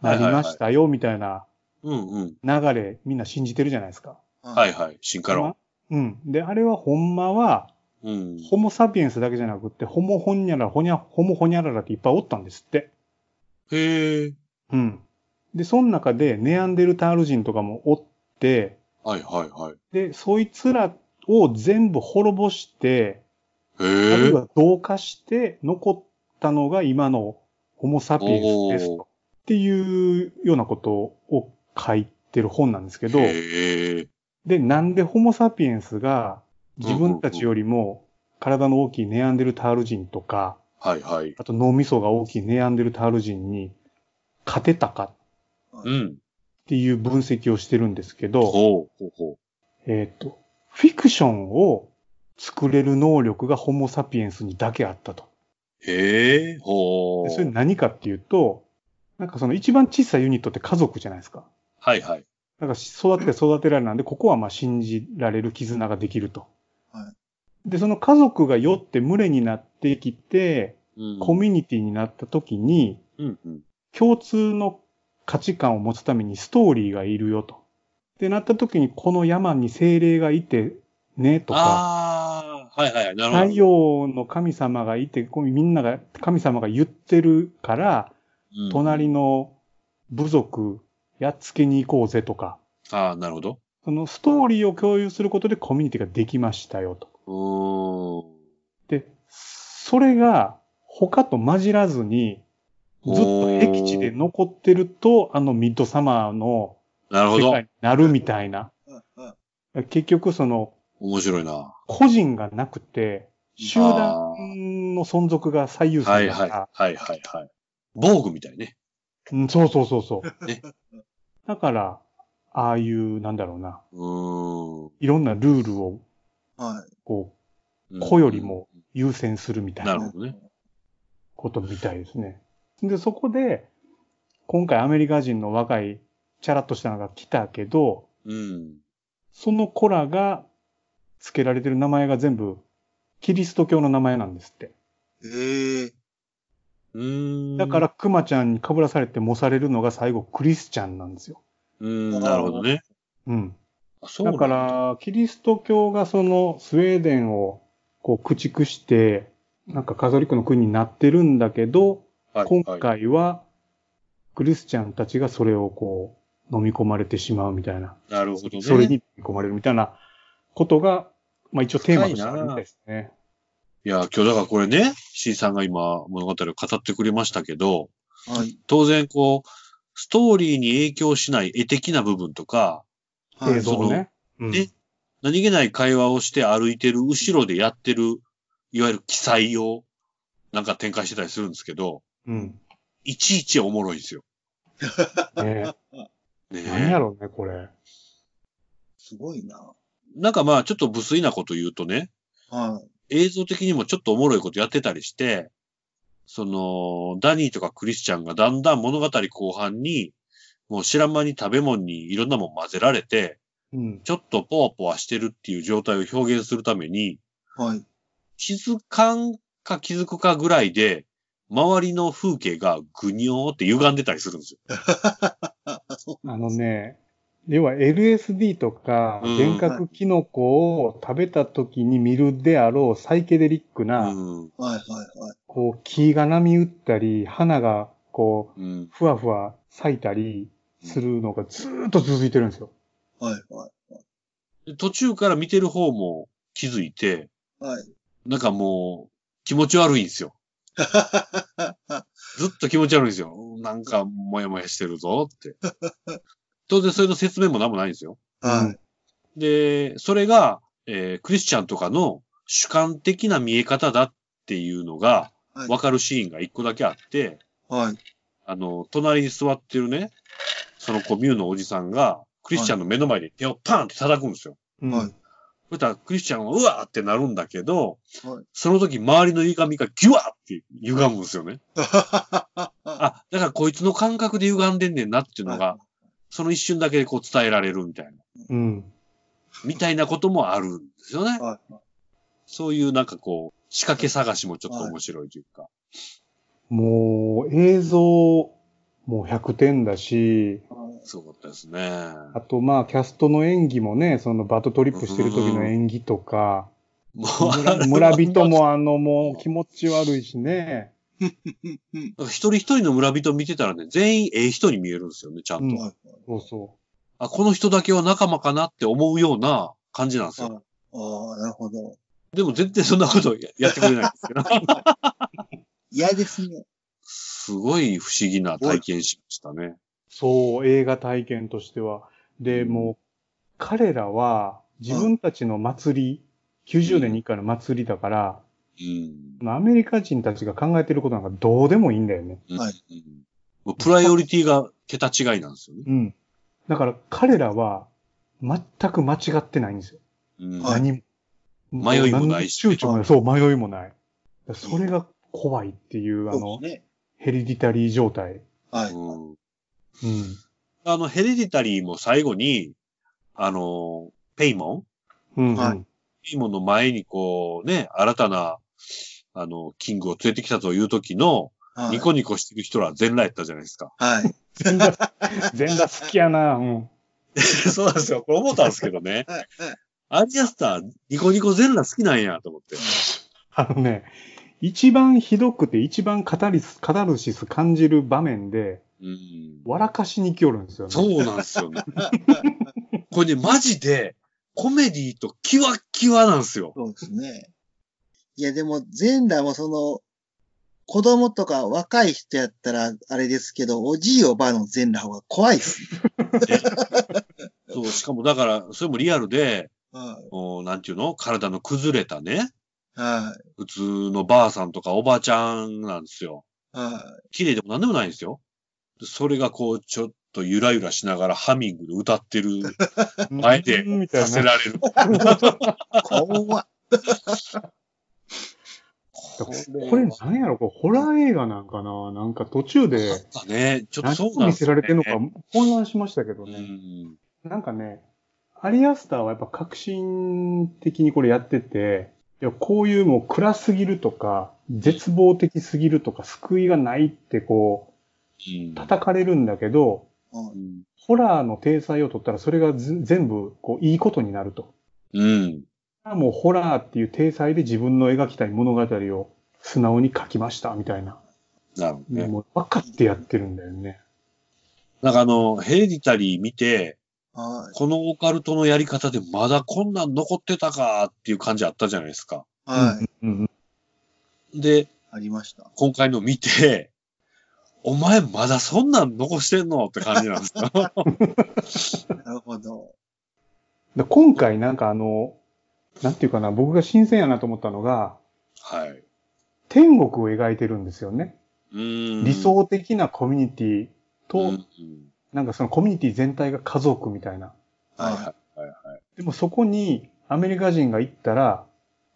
Speaker 4: なりましたよ、みたいな
Speaker 2: う。うんうん。
Speaker 4: 流れ、みんな信じてるじゃないですか。
Speaker 2: は。
Speaker 3: はい
Speaker 2: はい。進化論。
Speaker 4: うん。で、あれはほんまは、
Speaker 2: うん。
Speaker 4: ホモサピエンスだけじゃなくって、ホモホニャララ、ホニャ、ホモホニャララっていっぱいおったんですって。
Speaker 2: へえ。
Speaker 4: うん。で、その中でネアンデルタール人とかもおって、
Speaker 2: はいはいはい。
Speaker 4: で、そいつらを全部滅ぼして、ある
Speaker 2: へ
Speaker 4: い
Speaker 2: え。
Speaker 4: は同化して残ったのが今のホモサピエンスです
Speaker 2: おー
Speaker 4: と。っていうようなことを書いてる本なんですけど、
Speaker 2: へえ。
Speaker 4: で、なんでホモサピエンスが自分たちよりも体の大きいネアンデルタール人とか、
Speaker 2: はいはい。
Speaker 4: あと脳みそが大きいネアンデルタール人に勝てたかっ
Speaker 2: うん。
Speaker 4: ていう分析をしてるんですけど、
Speaker 2: ほう。ほうほう。
Speaker 4: えっ、と、フィクションを作れる能力がホモサピエンスにだけあったと。
Speaker 2: へえ。ほ
Speaker 4: で
Speaker 2: う
Speaker 4: そ。れ何かっていうと、なんかその一番小さいユニットって家族じゃないですか。
Speaker 2: はいはい。
Speaker 4: だから育てて育てられなんで、ここはまあ信じられる絆ができると。
Speaker 3: は
Speaker 4: で、その家族が酔って群れになってきて、
Speaker 2: うん
Speaker 4: コミュニティになった時に、
Speaker 2: うんうん。
Speaker 4: 共通の価値観を持つためにストーリーがいるよと。で、なった時にこの山に精霊がいてねとか、
Speaker 2: ああ、はいはい。なるほど。
Speaker 4: 太陽の神様がいて、こうみんなが、神様が言ってるから、
Speaker 2: うん
Speaker 4: 隣の部族やっつけに行こうぜとか、
Speaker 2: ああ、なるほど。
Speaker 4: そのストーリーを共有することでコミュニティができましたよと。
Speaker 2: うーん。
Speaker 4: で、それが他と混じらずに、ずっと僻地で残ってると、あのミッドサマーの
Speaker 2: なるほ
Speaker 4: 世
Speaker 2: ど
Speaker 4: 界。になるみたいな。
Speaker 3: い。はい
Speaker 4: 結局その、
Speaker 2: 面白いな。
Speaker 4: 個人がなくて、集
Speaker 2: あー
Speaker 4: 団の存続が最優
Speaker 2: は
Speaker 4: 先
Speaker 2: い
Speaker 4: だ
Speaker 2: は
Speaker 4: か
Speaker 2: い。
Speaker 4: ら、
Speaker 2: はいはいはい。防具みたいね。
Speaker 4: うんそうそうそうそう。
Speaker 2: ね
Speaker 4: だから、ああいう、なんだろうな、
Speaker 2: うーん。
Speaker 4: いろんなルールを、
Speaker 3: は
Speaker 4: こ
Speaker 2: うん
Speaker 4: う、子よりも優先するみたい
Speaker 2: なる
Speaker 4: な
Speaker 2: ほどね。
Speaker 4: ことみたいですね。で、そこで、今回アメリカ人の若い、チャラッとしたのが来たけど、
Speaker 2: うん。
Speaker 4: その子らが付けられてる名前が全部、キリスト教の名前なんですって。
Speaker 3: い。ええ
Speaker 2: うーん。
Speaker 4: だから、、クマちゃんに被らされて模されるのが最後、クリスチャンなんですよ。
Speaker 2: うーん、なるほどね。
Speaker 4: うん。
Speaker 2: あそうな
Speaker 4: だ
Speaker 2: ん
Speaker 4: か、ら、キリスト教がそのスウェーデンをこう駆逐して、なんかカトリックの国になってるんだけど、
Speaker 2: はい
Speaker 4: 今
Speaker 2: はい
Speaker 4: 回はクリスチャンたちがそれをこう飲み込まれてしまうみたいな、
Speaker 2: なるほどね。
Speaker 4: それに飲み込まれるみたいなことが、まあ一応テーマとしてあるみたいですね。
Speaker 2: いや、今日だからこれね、C さんが今物語を語ってくれましたけど、
Speaker 3: はい。
Speaker 2: 当然こう、ストーリーに影響しない絵的な部分とか、
Speaker 3: はい。
Speaker 4: 映像をね。うん
Speaker 2: ね何気ない会話をして歩いてる後ろでやってる、いわゆる記載をなんか展開してたりするんですけど、
Speaker 4: うん。
Speaker 2: いちいちおもろいんですよ。
Speaker 4: ね
Speaker 2: ねえ
Speaker 4: 何やろうね、これ。
Speaker 3: すごいな。
Speaker 2: なんかまあちょっと無粋なこと言うとね、
Speaker 3: は
Speaker 2: 映像的にもちょっとおもろいことやってたりして、その、ダニーとかクリスチャンがだんだん物語後半に、もう知らん間に食べ物にいろんなもん混ぜられて、
Speaker 4: うん。
Speaker 2: ちょっとポワポワしてるっていう状態を表現するために、
Speaker 3: い。はい。
Speaker 2: 気づかんか気づくかぐらいで、周りの風景がぐにょーって歪んでたりするんですよ。
Speaker 3: あ、あそう。
Speaker 4: あのね、要は LSD とか
Speaker 2: うん、
Speaker 4: 幻覚キノコを食べた時に見るであろうサイケデリックな、
Speaker 2: うん。
Speaker 3: はいはいはい。
Speaker 4: こう、木が波打ったり、花がこう、
Speaker 2: うん。
Speaker 4: ふわふわ咲いたりするのがずーっと続いてるんですよ。
Speaker 3: はいはい。
Speaker 2: で途中から見てる方も気づいて、
Speaker 3: はい。
Speaker 2: なんかもう気持ち悪いん ですよ。ずっと気持ち悪いんですよ。なんか、もやもやしてるぞ って。当然、それの説明も何もないんですよ。
Speaker 3: はい。
Speaker 2: で、それが、えークリスチャンとかの主観的な見え方だっていうのが、
Speaker 3: はい
Speaker 2: わかるシーンが一個だけあって、
Speaker 3: はい。
Speaker 2: あの、隣に座ってるね、そのコミューのおじさんが、クリスチャンの目の前で手をパンって叩くんですよ。
Speaker 4: うん
Speaker 3: はい
Speaker 2: そしたら、クリスチャンは、うわーってなるんだけど、
Speaker 3: はい
Speaker 2: その時、周りの歪みがギュワーって歪むんですよ ね。あ、だからこいつの感覚で歪んでんねんなっていうのが、その一瞬だけでこう伝えられるみたいな、
Speaker 4: うん。
Speaker 2: みたいなこともあるんですよね。
Speaker 3: はい。
Speaker 2: そういうなんかこう、仕掛け探しもちょっと面白いというか。
Speaker 4: もう、映像も100点だし、
Speaker 2: すごかったですね。
Speaker 4: あとまあ、キャストの演技もね、そのバトトリップしてる時の演技とか、
Speaker 2: もう、あれ
Speaker 4: 村村人もあの、もう気持ち悪いしね。
Speaker 2: なんか一人一人の村人見てたらね、全員ええ人に見えるんですよね、ちゃんと。
Speaker 4: うん
Speaker 3: はい。
Speaker 4: そうそ
Speaker 2: あ、この人だけは仲間かなって思うような感じなんですよ。
Speaker 3: ああ、なるほど。
Speaker 2: でも全然そんなことや やってくれないんですけど。
Speaker 3: 嫌ですね。
Speaker 2: すごい不思議な体験しましたね。
Speaker 4: う。そう、映画体験としては。で、もう、彼らは自分たちの祭り、90年に1回の祭りだから、
Speaker 2: うん。
Speaker 4: アメリカ人たちが考えてることなんかどうでもいいんだよね。
Speaker 2: うん
Speaker 3: はい
Speaker 2: うんもうプライオリティが桁違いなんですよね。
Speaker 4: うん。だから彼らは全く間違ってないんですよ。
Speaker 2: うん
Speaker 3: はい
Speaker 4: 何も。
Speaker 2: 迷いもないし
Speaker 4: 何の躊躇もない。そう、迷いもない。それが怖いっていう、あ
Speaker 3: そ
Speaker 4: の
Speaker 3: う、ですね。
Speaker 4: ヘリディタリー状態。
Speaker 3: はい。
Speaker 2: うん
Speaker 4: うん。
Speaker 2: あの、ヘレディタリーも最後に、あの、ペイモン
Speaker 4: うん、
Speaker 3: は
Speaker 2: ペイモンの前にこう、ね、新たな、あの、キングを連れてきたという時の、
Speaker 3: はい。
Speaker 2: ニコニコしてる人らは全裸やったじゃないですか。
Speaker 3: はい。
Speaker 4: 全裸、全裸好きやな。うん。
Speaker 2: そうなんですよ。これ思ったんですけどね。
Speaker 3: はい。
Speaker 2: アジアスター、ニコニコ全裸好きなんやと思って。
Speaker 4: あのね、一番ひどくて一番カタリス、カタルシス感じる場面で、
Speaker 2: うん。
Speaker 4: 笑かしに来よるんですよね。
Speaker 2: そうなんですよね。これね、マジで、コメディとキワッキワなんですよ。
Speaker 3: そうですね。いや、でも、全裸もその、子供とか若い人やったら、あれですけど、おじいおばあの全裸は怖いっす。
Speaker 2: そう、しかもだから、それもリアルで、
Speaker 3: は
Speaker 2: おなんていうの体の崩れたね、
Speaker 3: い。はい。
Speaker 2: 普通のばあさんとかおばあちゃんなんですよ。
Speaker 3: は
Speaker 2: 綺麗でもなんでもないんですよ。でそれがこう、ちょっとゆらゆらしながらハミングで歌ってる、あ
Speaker 4: あ
Speaker 2: えて
Speaker 4: みた
Speaker 2: さ
Speaker 4: い
Speaker 2: せ
Speaker 4: な。
Speaker 2: られる。
Speaker 3: 怖っ。
Speaker 4: これ何やろこれホラー映画なんかななんか途中
Speaker 2: あ
Speaker 4: で
Speaker 2: ったね。ちょっと
Speaker 4: 何
Speaker 2: そう
Speaker 4: を
Speaker 2: なん
Speaker 4: 見
Speaker 2: です
Speaker 4: せ
Speaker 2: ね
Speaker 4: られてるのか混乱しましたけど
Speaker 2: う
Speaker 4: ね。
Speaker 2: ん。
Speaker 4: なんかね、アリアスターはやっぱ革新的にこれやってて、いやこういうもう暗すぎるとか、絶望的すぎるとか、救いがないってこ
Speaker 2: うん
Speaker 4: う、叩かれるんだけど、
Speaker 2: うん
Speaker 4: ホラーの体裁を取ったらそれがず全部こういいことになると。
Speaker 2: うん。
Speaker 4: もうホラーっていう体裁で自分の描きたい物語を素直に書きましたみたいな。
Speaker 2: なるほどね。
Speaker 4: もう分かってやってるんだよね。
Speaker 2: なんかあの、ヘリタリー見て、
Speaker 3: は
Speaker 2: このオカルトのやり方でまだこんなん残ってたかっていう感じあったじゃないですか。
Speaker 3: い。はい。
Speaker 4: うん
Speaker 2: で、
Speaker 3: ありました。
Speaker 2: 今回の見て、お前まだそんなん残してんのって感じなんですよ。
Speaker 3: なるほど。
Speaker 4: で今回なんかあの、なんていうかな、僕が新鮮やなと思ったのが、
Speaker 2: はい。
Speaker 4: 天国を描いてるんですよね。
Speaker 2: うん
Speaker 4: 理想的なコミュニティと、
Speaker 2: うん
Speaker 4: なんかそのコミュニティ全体が家族みたいな。
Speaker 2: はいはい。
Speaker 4: でもそこにアメリカ人が行ったら、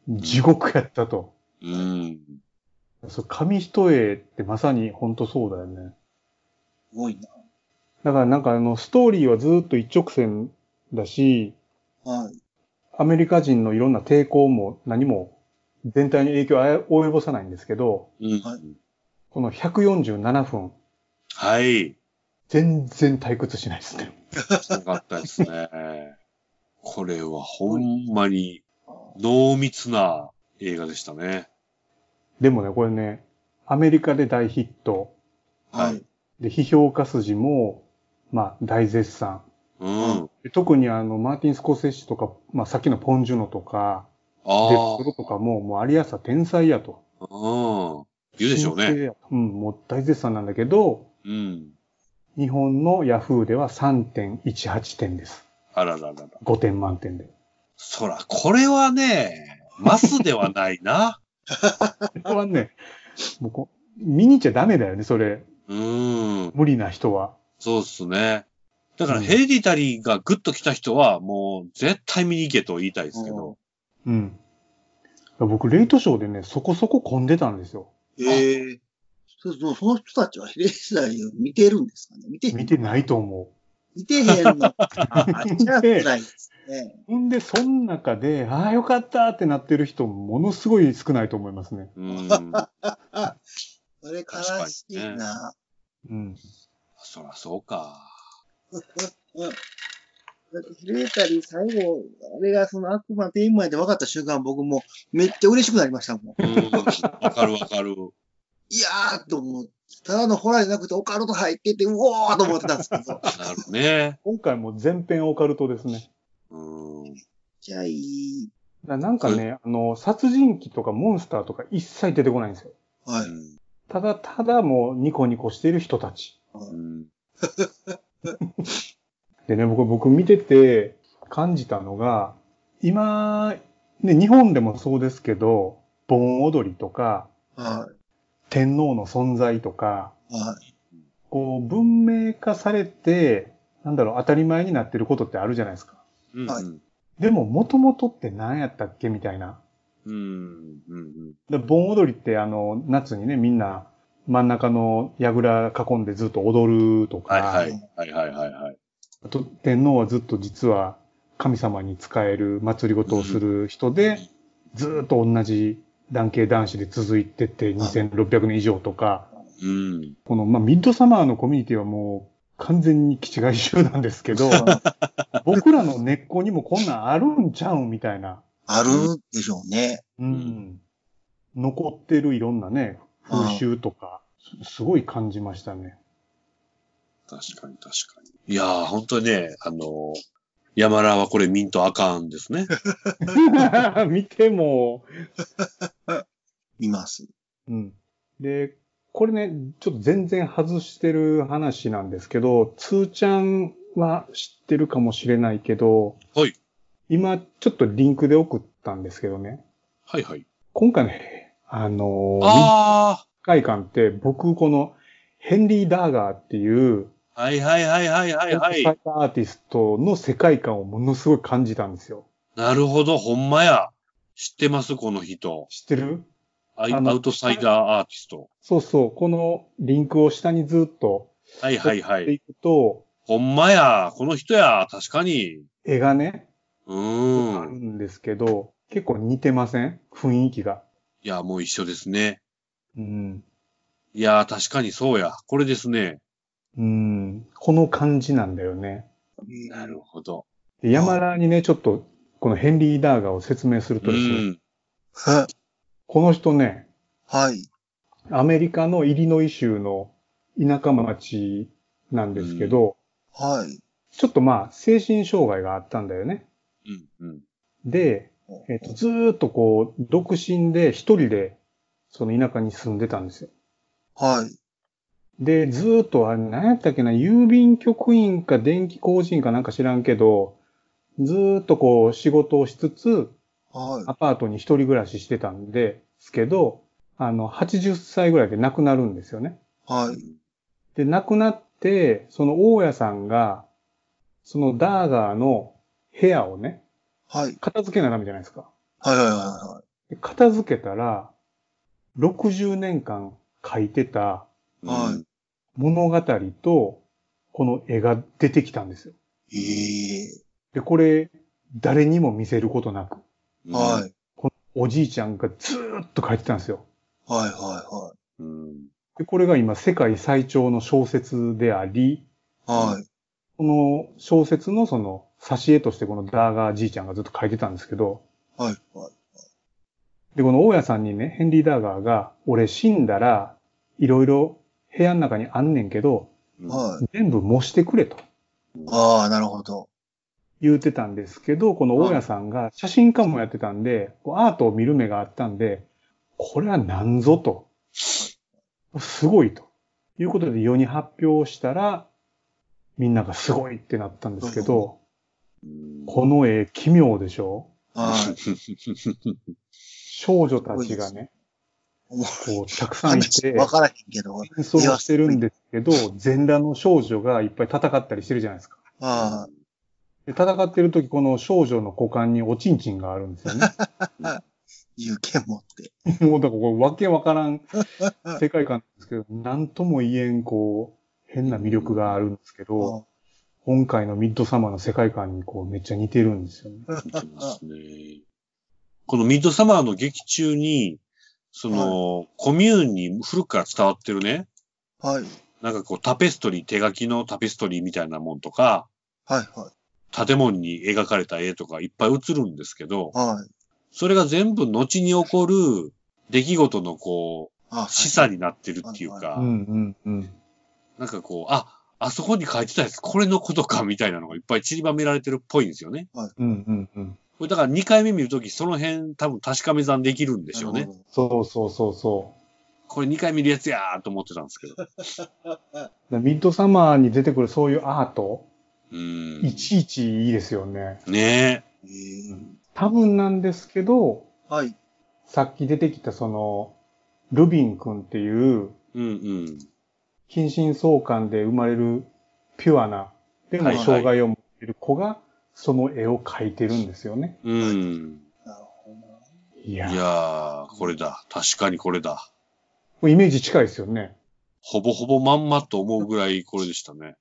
Speaker 4: 地獄やったと。
Speaker 2: うん。
Speaker 4: そう紙一重ってまさに本当そうだよね。
Speaker 3: すごいな。
Speaker 4: だからなんかあの、ストーリーはずっと一直線だし、
Speaker 3: はい。
Speaker 4: アメリカ人のいろんな抵抗も何も全体に影響を及ぼさないんですけど、
Speaker 2: うん
Speaker 3: はい
Speaker 4: この147分、
Speaker 2: はい。
Speaker 4: 全然退屈しないですね。
Speaker 2: よかったですね。これはほんまに濃密な映画でしたね。
Speaker 4: でもね、これね、アメリカで大ヒット、
Speaker 3: はい。
Speaker 4: で、批評家筋も、まあ、大絶賛。
Speaker 2: うん。
Speaker 4: で特にあの、マーティン・スコセッシとか、まあ、さっきのポン・ジュノとか、デ
Speaker 2: あ
Speaker 4: ッドとかも、もうアリアスは天才やと。
Speaker 2: あ。うん。言うでしょう
Speaker 4: 神
Speaker 2: ね。
Speaker 4: 聖やとうん、もう大絶賛なんだけど、
Speaker 2: うん。
Speaker 4: 日本のヤフーでは3.18点です。
Speaker 2: あらららら。
Speaker 4: 5点満点で。
Speaker 2: そら、これはね、マスではないな。
Speaker 4: これはね、 もうこ見に行っちゃダメだよね、それ。
Speaker 2: うん。
Speaker 4: 無理な人は。
Speaker 2: そうっすね。だから、
Speaker 4: うん
Speaker 2: ヘリタリーがグッと来た人は、もう、絶対見に行けと言いたいですけど。
Speaker 4: うん。僕、レイトショーでね、そこそこ混んでたんですよ。
Speaker 3: ええそそその人たちは平時代を見てるんですかね見て、
Speaker 4: 見てないと思
Speaker 3: 見てへんのか。あじゃあ辛いですね。
Speaker 4: う。んで、その中で、ああ、よかったってなってる人、ものすごい少ないと思いますね。
Speaker 2: うん。
Speaker 3: それ悲しいな。
Speaker 4: うん。
Speaker 2: そら、そうか。
Speaker 3: うん。だって、ヒレータリー最後、あれがその悪魔テーマで分かった瞬間、僕もめっちゃ嬉しくなりましたもん。
Speaker 2: うん。わかるわかる。
Speaker 3: いやーと思って、ただのホラーじゃなくてオカルト入ってて、うおーと思ってたんですけど。
Speaker 2: なるね。
Speaker 4: 今回も全編オカルトですね。
Speaker 2: うん。
Speaker 3: じゃあいい。
Speaker 4: だなんかね、あの、殺人鬼とかモンスターとか一切出てこないんですよ。
Speaker 3: はい。
Speaker 4: ただただもうニコニコしている人たち。
Speaker 2: うん。
Speaker 4: でね、僕、僕見てて感じたのが、今、ね、日本でもそうですけど、盆踊りとか、
Speaker 3: は
Speaker 4: 天皇の存在とか、
Speaker 3: い。はい。
Speaker 4: こう、文明化されて、なんだろう、当たり前になってることってあるじゃないですか。
Speaker 2: うん。
Speaker 3: はい
Speaker 4: でも、元々って何やったっけみたいな。
Speaker 2: うん。うん。
Speaker 4: で、盆踊りって、あの、夏にね、みんな、真ん中の櫓囲んでずっと踊るとか、
Speaker 2: はいはい。はいはいはいはい。
Speaker 4: あと、天皇はずっと実は神様に仕える祭り事をする人で、ずーっと同じ男系男子で続いてって、2600年以上とか、
Speaker 2: うん。
Speaker 4: この、まあ、ミッドサマーのコミュニティはもう完全に気違い集なんです けど、僕らの根っこにもこんなんあるんちゃうんみたいな、
Speaker 3: あるでしょうね。
Speaker 4: うん。残ってるいろんなね、風習とか、すす ごい感じました ね。
Speaker 2: 確かに確かに。いやー、本当にね、あのー、山田はこれミントあかんですね。
Speaker 4: 見ても、
Speaker 3: 見ます。
Speaker 4: うん。で、これね、ちょっと全然外してる話なんですけど、つーちゃんは知ってるかもしれないけど、
Speaker 2: はい。
Speaker 4: 今、ちょっとリンクで送ったんですけどね。
Speaker 2: はいはい。
Speaker 4: 今回ね、あのー、
Speaker 2: あ
Speaker 4: 会館って僕、このヘンリー・ダーガーっていう、
Speaker 2: あはいはいはいはいはいは
Speaker 4: サイ
Speaker 2: い。
Speaker 4: バーアーティストの世界観をものすごい感じたんですよ。
Speaker 2: なるほど、ほんまや。知ってます、この人。
Speaker 4: 知ってる
Speaker 2: アイ
Speaker 4: あの
Speaker 2: アウトサイダーアーティスト。
Speaker 4: そうそう。このリンクを下にずっと
Speaker 2: はいはいは
Speaker 4: やって
Speaker 2: い。
Speaker 4: いくと、
Speaker 2: ほんまや。この人や。確かに。
Speaker 4: 絵がね、
Speaker 2: う
Speaker 4: あ
Speaker 2: ー
Speaker 4: る
Speaker 2: ん。
Speaker 4: んですけど、結構似てません雰囲気が。
Speaker 2: いや、もう一緒ですね。
Speaker 4: うん。
Speaker 2: いやー、確かにそうや。これですね。
Speaker 4: うん。この感じなんだよね。
Speaker 2: なるほど。
Speaker 4: で山田にね、ちょっと、このヘンリー・ダーガーを説明す
Speaker 2: う
Speaker 4: るとですね、
Speaker 2: ん。
Speaker 3: は
Speaker 4: この人ね、
Speaker 3: はい。
Speaker 4: アメリカのイリノイ州の田舎町なんですけど、
Speaker 3: はい。
Speaker 4: ちょっとまあ、精神障害があったんだよね。
Speaker 2: うん。うん。
Speaker 4: で、えっとずーっとこう、独身で一人で、その田舎に住んでたんですよ。
Speaker 3: はい。
Speaker 4: で、ずーっと、あれ、何やったっけな、郵便局員か電気工事員かなんか知らんけど、ずーっとこう、仕事をしつつ、
Speaker 3: はい。
Speaker 4: アパートに一人暮らししてたんですけど、あの、80歳ぐらいで亡くなるんですよね。
Speaker 3: はい。
Speaker 4: で、亡くなって、その大家さんが、そのダーガーの部屋をね、
Speaker 3: はい。
Speaker 4: 片付けなダメじゃないですか。
Speaker 3: はい。はい。は
Speaker 4: で片付けたら、60年間書いてた
Speaker 3: は
Speaker 4: 物語と、この絵が出てきたんですよ。
Speaker 3: い。ええ
Speaker 4: で、これ、誰にも見せることなく、
Speaker 2: い。
Speaker 3: はい。
Speaker 4: おじいちゃんがずーっと書いてたんですよ。
Speaker 3: はい。はい
Speaker 2: うん。
Speaker 4: で、これが今世界最長の小説であり、
Speaker 3: い。はい。はい。
Speaker 4: この小説のその挿絵としてこのダーガーじいちゃんがずっと書いてたんですけど、
Speaker 3: はい。はい。
Speaker 4: で、この大家さんにね、ヘンリー・ダーガーが、俺死んだら、いろいろ部屋の中にあんねんけど、
Speaker 3: はい。
Speaker 4: 全部模してくれと
Speaker 3: ああ、なるほど。
Speaker 4: 言うてたんですけど、この大家さんが写真家もやってたんで、こうアートを見る目があったんで、これは何ぞと。すごいと。いうことで世に発表したら、みんながすごいってなったんですけど、
Speaker 2: うん
Speaker 4: この絵奇妙でしょ
Speaker 3: はい。
Speaker 4: 少女たちがね、
Speaker 3: も
Speaker 4: こう、たくさんい
Speaker 3: 話
Speaker 4: て、
Speaker 3: わからへんけど。はい。
Speaker 4: 演奏はしてるんですけど、全裸の少女がいっぱい戦ったりしてるじゃないですか。
Speaker 3: は
Speaker 4: で戦ってる時、この少女の股間におちんちんがあるんですよね。
Speaker 3: い。有権持って。
Speaker 4: もうだからこれわけわから ん世界観なんですけど、なんとも言えん、こう、変な魅力があるんですけど、
Speaker 3: は
Speaker 4: 今回のミッドサマーの世界観にこうめっちゃ似てるんですよね。
Speaker 2: 似てますね。このミッドサマーの劇中に、その、コミューンに古くから伝わってるね、
Speaker 3: い。はい。
Speaker 2: なんかこうタペストリー、手書きのタペストリーみたいなもんとか、
Speaker 3: は
Speaker 2: 建物に描かれた絵とかいっぱい映るんですけど
Speaker 3: い。、はい。
Speaker 2: それが全部後に起こる出来事のこ
Speaker 3: あ
Speaker 2: う、示唆になってるっていうか、
Speaker 4: んうんうん。
Speaker 2: なんかこう、あ、あそこに書いてたやつ、これのことかみたいなのがいっぱい散りばめられてるっぽいんですよね。
Speaker 4: うんうんうん。
Speaker 2: これだから2回目見るとき、その辺多分確かめ算できるんでしょうね。。
Speaker 4: そうそうそうそう。
Speaker 2: これ2回見るやつやーと思ってたんですけど。
Speaker 4: だからミッドサマーに出てくるそういうアート、
Speaker 2: うー
Speaker 4: いちいちいいですよね。
Speaker 2: ん。ね
Speaker 3: ええ
Speaker 4: 多分なんですけど、
Speaker 3: はい。
Speaker 4: さっき出てきたその、ルビン君っていう、
Speaker 2: え。うんうん。
Speaker 4: 近親相関で生まれるピュアな、でも
Speaker 2: はいはい
Speaker 4: 障害を持っている子が、その絵を描いてるんですよね。
Speaker 2: うん。
Speaker 3: なるほど。
Speaker 4: い
Speaker 2: い
Speaker 4: や、
Speaker 2: やー、これだ。確かにこれだ。
Speaker 4: もうイメージ近いですよね。
Speaker 2: ほぼほぼまんまと思うぐらいこれでしたね。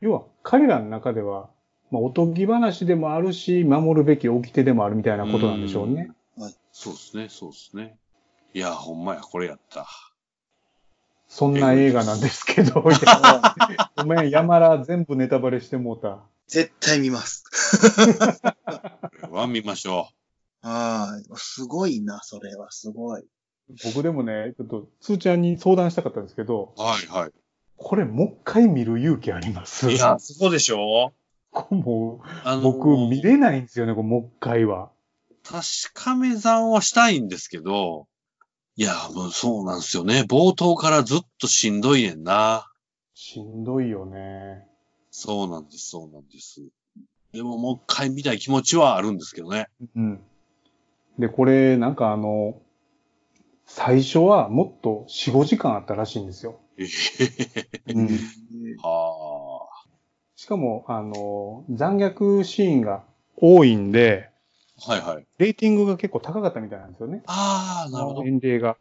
Speaker 4: 要は、彼らの中では、まあ、おとぎ話でもあるし、守るべき掟でもあるみたいなことなんでしょうね。
Speaker 2: そうですね、そうですね。いやー、ほんまや、これやった。
Speaker 4: そんな映画なんです けど、いや
Speaker 3: あー
Speaker 4: ごめん、山田全部ネタバレしてもうた。
Speaker 3: 絶対見ます。
Speaker 2: これは見ましょ
Speaker 3: はい。すごいな、それは。すごい。
Speaker 4: 僕でもね、ちょっと、つーちゃんに相談したかったんですけど、
Speaker 2: う。はいは
Speaker 4: これもう一回見る勇気ありま す。
Speaker 2: い。いや、、そうでしょ
Speaker 4: もう、
Speaker 2: あのー
Speaker 4: 僕見れないんですよね、これもう一回は。
Speaker 2: 確かめ算はしたいんですけど、いやー、もうそうなんですよね。冒頭からずっとしんどいねんな。
Speaker 4: しんどいよね。
Speaker 2: そうなんです、そうなんです。でももう一回見たい気持ちはあるんですけどね。
Speaker 4: うん。で、これ、なんかあの、最初はもっと4、5時間あったらしいんですよ。
Speaker 2: えへへへ
Speaker 4: うん。
Speaker 3: えー
Speaker 2: は
Speaker 4: しかも、あの、残虐シーンが多いんで、
Speaker 2: はいはい。
Speaker 4: レーティングが結構高かったみたいなんですよね。
Speaker 2: ああ、なるほど。
Speaker 4: 年齢が。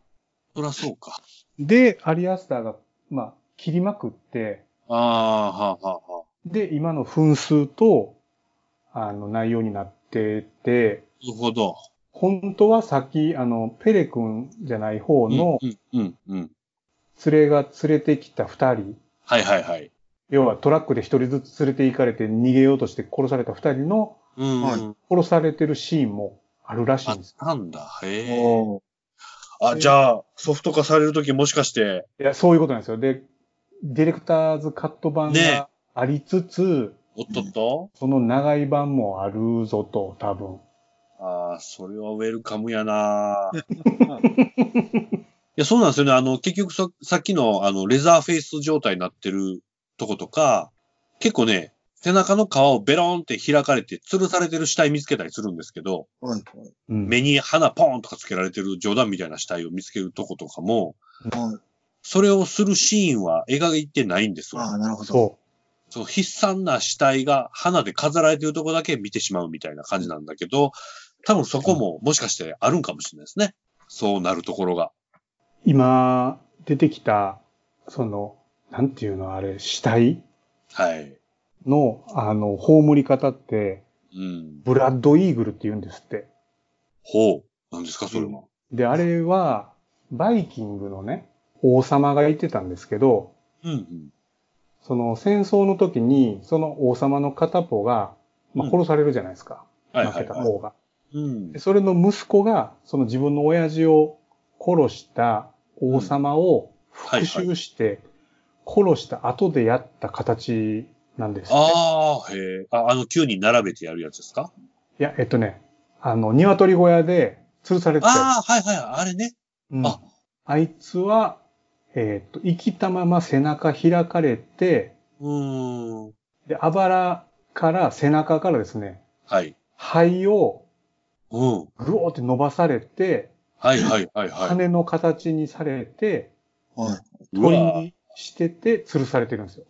Speaker 2: そらそうか。
Speaker 4: で、アリアスターが、まあ、切りまくって、
Speaker 2: ああ、はあ、はあ、はあ。
Speaker 4: で、今の分数と、あの、内容になってて、
Speaker 2: なるほど。
Speaker 4: 本当はさっき、あの、ペレ君じゃない方の
Speaker 2: うん、うん、うんうん。
Speaker 4: 連れが連れてきた二人、
Speaker 2: はいはいはい。
Speaker 4: 要はトラックで一人ずつ連れて行かれて逃げようとして殺された二人の
Speaker 2: うん、
Speaker 3: はい
Speaker 2: うん。
Speaker 4: 殺されてるシーンもあるらしい
Speaker 2: あ
Speaker 4: ん
Speaker 2: っ
Speaker 4: です。
Speaker 2: たんだ。へえ。
Speaker 3: おー
Speaker 2: あ、じゃあ、ソフト化されるときもしかして、
Speaker 4: いや、そういうことなんですよ。で、ディレクターズカット版
Speaker 2: ね
Speaker 4: がありつつ、
Speaker 2: おっとっと、
Speaker 4: その長い版もあるぞと、多分。
Speaker 2: ああ、それはウェルカムやないや、そうなんですよね。あの、結局さ、さっきの、あの、レザーフェイス状態になってるとことか、結構ね、背中の皮をベロンって開かれて、吊るされてる死体見つけたりするんですけど、
Speaker 3: はいはい
Speaker 4: うん
Speaker 2: 目に鼻ポーンとかつけられてる冗談みたいな死体を見つけるとことかも、
Speaker 3: はい
Speaker 2: それをするシーンは描いてないんです
Speaker 3: あ
Speaker 2: わ。
Speaker 3: あ、なるほど。
Speaker 4: そ
Speaker 2: その悲惨な死体が花で飾られてるとこだけ見てしまうみたいな感じなんだけど、多分そこももしかしてあるんかもしれないですね。そうなるところが。
Speaker 4: う。今、出てきた、その、なんていうの、あれ、死体
Speaker 2: はい。
Speaker 4: の、あの、葬り方って、
Speaker 2: うん。
Speaker 4: ブラッドイーグルって言うんですって。
Speaker 2: ほう。なんですか、それは。
Speaker 4: で、あれは、バイキングのね、王様が言ってたんですけど、
Speaker 2: うん、うん。
Speaker 4: その戦争の時に、その王様の片方が、ま
Speaker 2: う
Speaker 4: あ、
Speaker 2: ん
Speaker 4: 殺されるじゃないですか。
Speaker 2: はい
Speaker 4: 負
Speaker 2: は
Speaker 4: け
Speaker 2: い
Speaker 4: た
Speaker 2: はい。
Speaker 4: 方が。
Speaker 2: うん
Speaker 4: で。それの息子が、その自分の親父を殺した王様を復讐して、殺した後でやった形なんですって、
Speaker 2: ああ、へえ。あ、あの9人並べてやるやつですか
Speaker 4: いや、えっとね、あの、鶏小屋で吊るされてたやつ
Speaker 2: ああ、はいはい。あれね。
Speaker 4: うん
Speaker 2: あ
Speaker 4: あいつは、えっと、生きたまま背中開かれて、
Speaker 2: うーん。
Speaker 4: で、あばらから、背中からですね、
Speaker 2: はい。
Speaker 4: 肺を
Speaker 2: うん。
Speaker 4: ぐおーって伸ばされて、
Speaker 2: はいはいはいはい。
Speaker 4: 羽の形にされて、
Speaker 3: は
Speaker 2: う
Speaker 4: 鳥
Speaker 2: わー
Speaker 4: にしてて吊るされてるんですよ。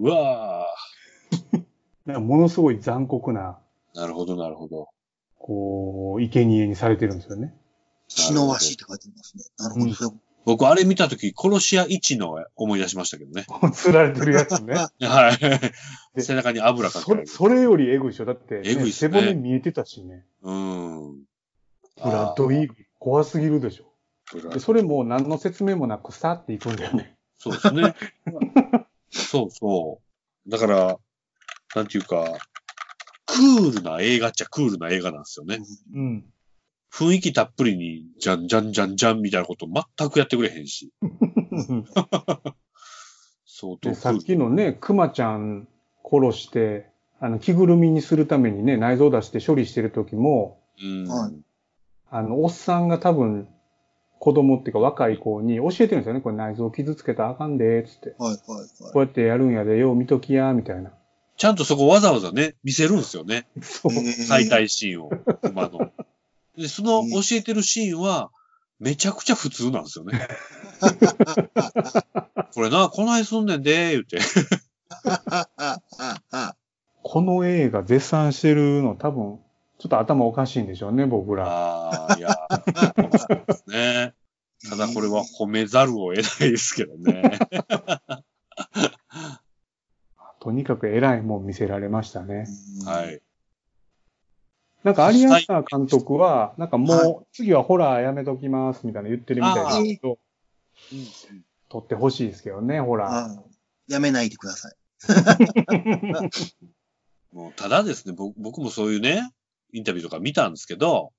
Speaker 2: うわ
Speaker 4: だからものすごい残酷な、
Speaker 2: ーなるほどなるほど。
Speaker 4: こう、生贄にされてるんですよね。
Speaker 3: い。血のわしって書いてますね。なるほ
Speaker 4: うん
Speaker 3: どそう。
Speaker 2: 僕、あれ見たとき、殺し屋一の思い出しましたけどね。
Speaker 4: 釣られてるやつね。
Speaker 2: はい。
Speaker 4: で
Speaker 2: 背中に 油かけ
Speaker 4: そ
Speaker 2: られ
Speaker 4: れ、
Speaker 2: る。
Speaker 4: それよりエグいでしょ。だってね、
Speaker 2: エグいっす
Speaker 4: 背
Speaker 2: ね
Speaker 4: 骨見えてたしね。
Speaker 2: うん。
Speaker 4: ブラッドイーグル、怖すぎるでしょ。
Speaker 2: ブラ
Speaker 4: でそれも何の説明もなくさっていくんだよね。
Speaker 2: そうです ね。そうそう。だから、なんていうか、クールな映画っちゃクールな映画なんですよね。
Speaker 4: うん。
Speaker 2: 雰囲気たっぷりに、じゃんじゃんじゃんじゃんみたいなこと全くやってくれへんし。相当
Speaker 4: で、
Speaker 2: ク
Speaker 4: さっ
Speaker 2: ール。
Speaker 4: きのね、クマちゃん殺して、あの、着ぐるみにするためにね、内臓出して処理してる時も、
Speaker 2: うん。
Speaker 3: は
Speaker 4: あの、おっさんが多分、子供っていうか若い子に教えてるんですよね。これ内臓傷つけたらあかんで、つって。
Speaker 3: はいはいはい。
Speaker 4: こうやってやるんやで、よう見ときや、みたいな。
Speaker 2: ちゃんとそこわざわざね、見せるんですよね。
Speaker 4: そう。
Speaker 2: 最
Speaker 3: 大。
Speaker 2: 大シーンを、熊の。で、その教えてるシーンは、めちゃくちゃ普通なんですよね。これな、こないすんねんで、言うて。
Speaker 3: ああああ
Speaker 4: この映画絶賛してるの多分、ちょっと頭おかしいんでしょうね、僕ら。
Speaker 2: ああ、いや、そうですね。ただこれは褒めざるを得ないですけどね。
Speaker 4: とにかく偉いもん見せられましたね。
Speaker 2: は
Speaker 3: うん。
Speaker 2: い。
Speaker 4: なんかアリアンター監督は、なんか
Speaker 3: は
Speaker 4: もう次はホラーやめときますみたいな言ってるみたいですけど、撮ってほしいですけどね、ホラー。
Speaker 3: ああやめないでください。
Speaker 2: もうただですね、ぼ僕もそういうね、インタビューとか見たんですけど、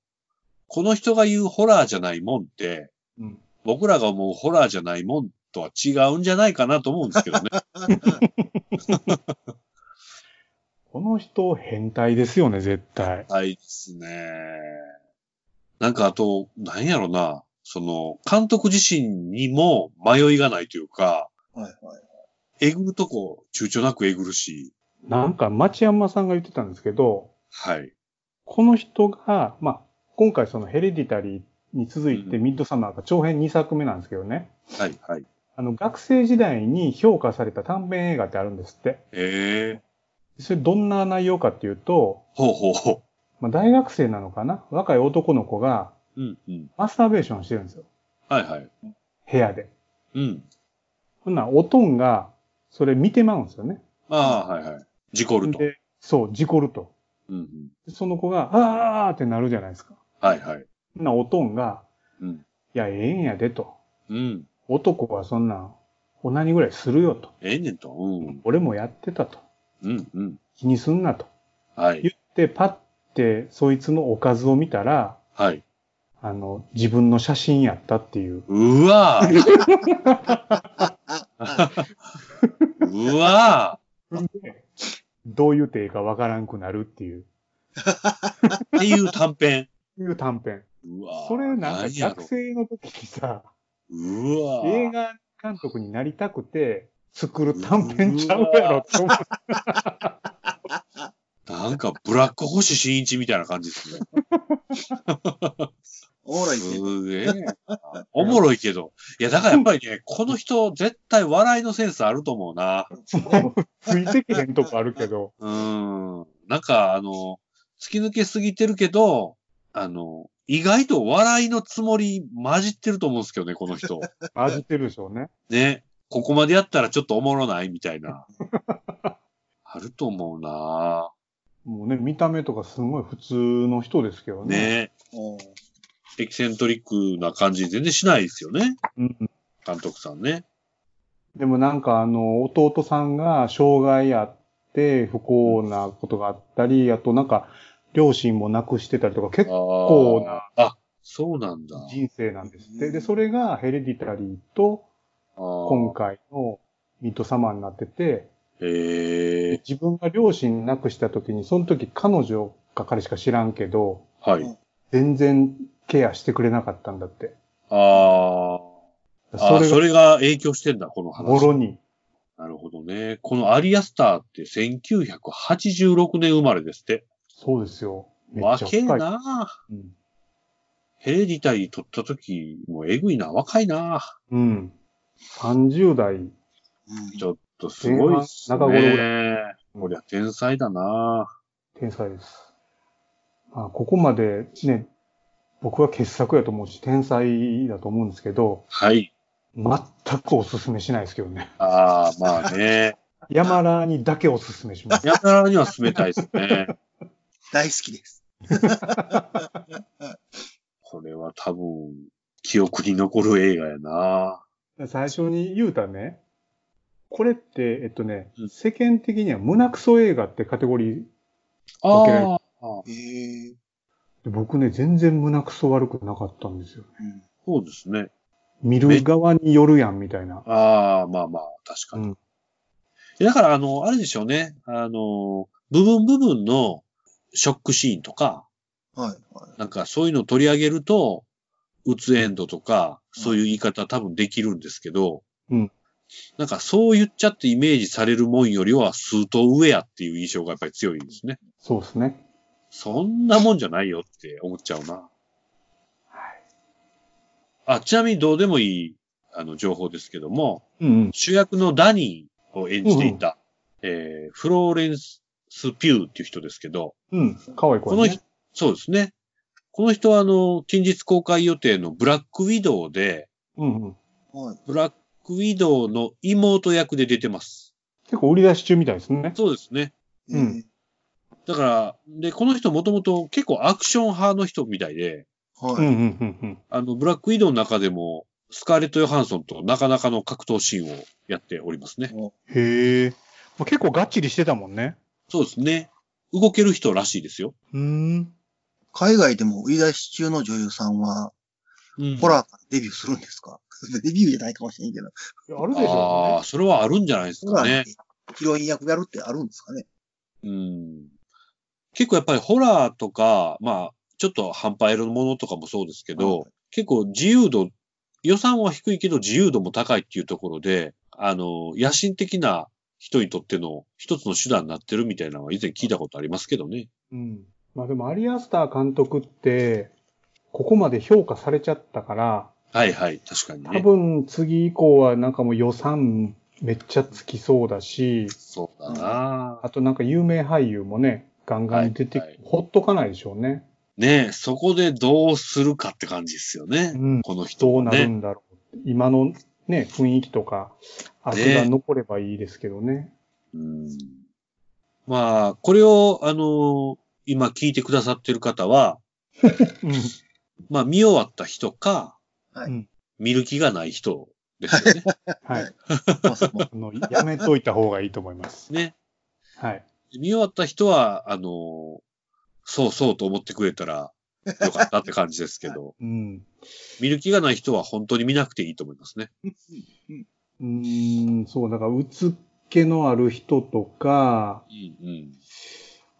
Speaker 2: この人が言うホラーじゃないもんって、
Speaker 4: うん
Speaker 2: 僕らが思うホラーじゃないもんとは違うんじゃないかなと思うんですけどね。
Speaker 4: この人変態ですよね、絶対。
Speaker 2: はいですね。なんかあと、なんやろな、その、監督自身にも迷いがないというか、
Speaker 3: はいはい。
Speaker 2: えぐるとこ、躊躇なくえぐるし、
Speaker 4: なんか町山さんが言ってたんですけど、
Speaker 2: はい。
Speaker 4: この人が、まあ、今回そのヘレディタリーに続いて
Speaker 2: うん
Speaker 4: ミッドサマーが長編2作目なんですけどね、
Speaker 2: はい、はい。
Speaker 4: あの学生時代に評価された短編映画ってあるんですって。
Speaker 2: ええ
Speaker 4: それどんな内容かっていうと、
Speaker 2: ほうほうほう。
Speaker 4: まあ、大学生なのかな若い男の子が
Speaker 2: うんうん。
Speaker 4: マスターベーションしてるんですよ。
Speaker 2: はいはい。
Speaker 4: 部屋で。
Speaker 2: うん。
Speaker 4: ほんならおとんが、それ見てまうんですよね。
Speaker 2: ああ、はいはい。事故ると。
Speaker 4: でそう、事故ると。
Speaker 2: うんうん。
Speaker 4: その子が、あーってなるじゃないですか。
Speaker 2: はいはい。
Speaker 4: ほんならおとんが、
Speaker 2: うん。
Speaker 4: いや、ええんやでと。
Speaker 2: うん。
Speaker 4: 男はそんなん、オナニぐらいするよと。
Speaker 2: ええねんと。うん。
Speaker 4: 俺もやってたと。
Speaker 2: うんうん。
Speaker 4: 気にすんなと。
Speaker 2: はい。
Speaker 4: 言って、パッて、そいつのおかずを見たら、
Speaker 2: はい。
Speaker 4: あの、自分の写真やったっていう。
Speaker 2: うわぁ うわ
Speaker 4: どういう手かわからんくなるっていう、
Speaker 2: ぁっていう短編。
Speaker 4: いう短編。
Speaker 2: うわぁ
Speaker 4: それなんか
Speaker 2: 何やろ
Speaker 4: 学生の時にさ、
Speaker 2: うわぁ
Speaker 4: 映画監督になりたくて作る短編ちゃうやろって思う。
Speaker 2: なんかブラック星新一みたいな感じ ですね。
Speaker 3: おもろいって。
Speaker 2: すげえ。おもろいけど。いや、だからやっぱりね、この人絶対笑いのセンスあると思うな。
Speaker 4: ついてけへんとこあるけど。
Speaker 2: うーん。なんか、あの、突き抜けすぎてるけど、あの、意外と笑いのつもり混じってると思うんですけどね、この 人。
Speaker 4: 味ってるでしょうね。
Speaker 2: ね。ここまでやったらちょっとおもろないみたいな。あると思うな
Speaker 4: もうね、見た目とかすごい普通の人ですけどね。
Speaker 2: ね。
Speaker 3: おう
Speaker 2: エキセントリックな感じ全然しないですよね。
Speaker 4: うん
Speaker 2: 監督さんね。
Speaker 4: でもなんかあの、弟さんが障害あって不幸なことがあったり、あとなんか両親も亡くしてたりとか結構
Speaker 2: こ
Speaker 4: うな
Speaker 2: あ、そうなんだ。
Speaker 4: 人生なんですって。で、それがヘレディタリーと今
Speaker 2: 今
Speaker 4: 回のミッドサマーになってて、
Speaker 2: 回。へえ
Speaker 4: 自分が両親亡くした時に、その時彼女か彼しか知らんけど、
Speaker 2: はい。
Speaker 4: 全然ケアしてくれなかったんだって。
Speaker 2: あーあー。
Speaker 4: それ
Speaker 2: そ
Speaker 4: が
Speaker 2: れが影響してんだ、この
Speaker 4: もろ
Speaker 2: 話。
Speaker 4: に。
Speaker 2: なるほどね。このアリアスターって1986年生まれですって。
Speaker 4: そうですよ。めっ
Speaker 2: わ
Speaker 4: ちゃ
Speaker 2: けえ
Speaker 4: 深い。
Speaker 2: なあ
Speaker 4: うん
Speaker 2: ヘレディタリー撮った時、もうえぐいな、若いな。
Speaker 4: うん。30代。
Speaker 3: うん
Speaker 2: ちょっとすごいっすね。
Speaker 4: 前半中頃ぐ
Speaker 2: こりゃ天才だな
Speaker 4: 天才です。まあ、ここまでね、僕は傑作やと思うし、天才だと思うんですけど、
Speaker 2: はい。
Speaker 4: 全くおすすめしないですけ どね。
Speaker 2: ああ、まあね。
Speaker 4: 山らにだけおすすめします。
Speaker 2: やたらには進めたいです ね。
Speaker 3: 大好きです。
Speaker 2: これは多分、記憶に残る映画やな
Speaker 4: 最初に言うたね、これって、えっとね、
Speaker 2: うん
Speaker 4: 世間的には胸クソ映画ってカテゴリー
Speaker 2: あ
Speaker 4: ー
Speaker 2: あ。
Speaker 3: ええ
Speaker 4: で、僕ね、全然胸クソ悪くなかったんですよ。
Speaker 3: うん
Speaker 2: そうですね。
Speaker 4: 見る側によるやん、みたいな。
Speaker 2: ああ、まあまあ、確かに。
Speaker 4: うん
Speaker 2: だから、あの、あれでしょうね。あの、部分部分のショックシーンとか、
Speaker 3: はい、はい。
Speaker 2: なんかそういうのを取り上げると、うつエンドとか、そういう言い方多分できるんですけど、
Speaker 4: うん
Speaker 2: なんかそう言っちゃってイメージされるもんよりは数頭上やっていう印象がやっぱり強いんですね。
Speaker 4: そうですね。
Speaker 2: そんなもんじゃないよって思っちゃうな。あ、ちなみにどうでもいい、あの、情報ですけども、
Speaker 4: うんうん。
Speaker 2: 主役のダニーを演じていた、えーフローレンス・ピューっていう人ですけど、
Speaker 4: うん。かわいい
Speaker 2: こ
Speaker 4: 子
Speaker 2: の
Speaker 4: や
Speaker 2: 人
Speaker 4: ね。、
Speaker 2: そうですね。この人は、あの、近日公開予定のブラック・ウィドウで、
Speaker 4: うんうん。
Speaker 3: はい。
Speaker 2: ブラック・ウィドウの妹役で出てます。
Speaker 4: 結構売り出し中みたいですね。
Speaker 2: そうですね。
Speaker 3: ええ
Speaker 4: うん
Speaker 2: だから、で、この人もともと結構アクション派の人みたいで、
Speaker 4: う
Speaker 3: は
Speaker 4: ん
Speaker 3: い。
Speaker 4: うんうんうん。
Speaker 2: あの、ブラック・ウィドウの中でも、スカーレット・ヨハンソンとなかなかの格闘シーンをやっておりますね。
Speaker 3: お
Speaker 4: へえ。まあ結構がっちりしてたもんね。
Speaker 2: そうですね。動ける人らしいですよ。
Speaker 4: うーん。
Speaker 3: 海外でも売り出し中の女優さんは、
Speaker 2: うん
Speaker 3: ホラーからデビューするんですか デビューじゃないかもしれんけど。
Speaker 4: いやあるでし
Speaker 2: あ
Speaker 4: ょ
Speaker 2: あ、それはあるんじゃないです
Speaker 3: ホ
Speaker 2: か
Speaker 3: ラー
Speaker 2: ね
Speaker 3: で。ヒロイン役やるってあるんですかね
Speaker 2: うん。結構やっぱりホラーとか、まあ、ちょっと半端色のものとかもそうですけど、
Speaker 3: はい
Speaker 2: 結構自由度、予算は低いけど自由度も高いっていうところで、あの、野心的な人にとっての一つの手段になってるみたいなのは以前聞いたことありますけどね。
Speaker 4: うね。うん。まあでも、アリアスター監督って、ここまで評価されちゃったから、
Speaker 2: はいはい、確かに
Speaker 4: 多
Speaker 2: ね。
Speaker 4: 分次以降はなんかもう予算めっちゃつきそうだし、
Speaker 2: そうだな、
Speaker 4: あとなんか有名俳優もね、ガンガン出て、
Speaker 2: はいはい
Speaker 4: ほっとかないでしょうね。
Speaker 2: ねえ、そこでどうするかって感じですよね。
Speaker 4: うん。
Speaker 2: この人
Speaker 4: どう
Speaker 2: も
Speaker 4: な
Speaker 2: ね。
Speaker 4: るんだろう。今のね、雰囲気とか、味が残ればいいですけどね。
Speaker 2: うんまあ、これを、あのー今聞いてくださってる方は、
Speaker 4: うん。
Speaker 2: まあ見終わった人か、
Speaker 3: はい
Speaker 2: 見る気がない人ですよ ね。
Speaker 4: はい。
Speaker 3: そうそう
Speaker 4: あの、やめといた方がいいと思います。
Speaker 2: ね。
Speaker 4: はい。
Speaker 2: 見終わった人は、あのーそうそうと思ってくれたらよかったって感じですけ ど、
Speaker 4: うん。
Speaker 2: 見る気がない人は本当に見なくていいと思いますね。
Speaker 4: うーん、そう、だから、うつっけのある人とか、
Speaker 2: うんうん。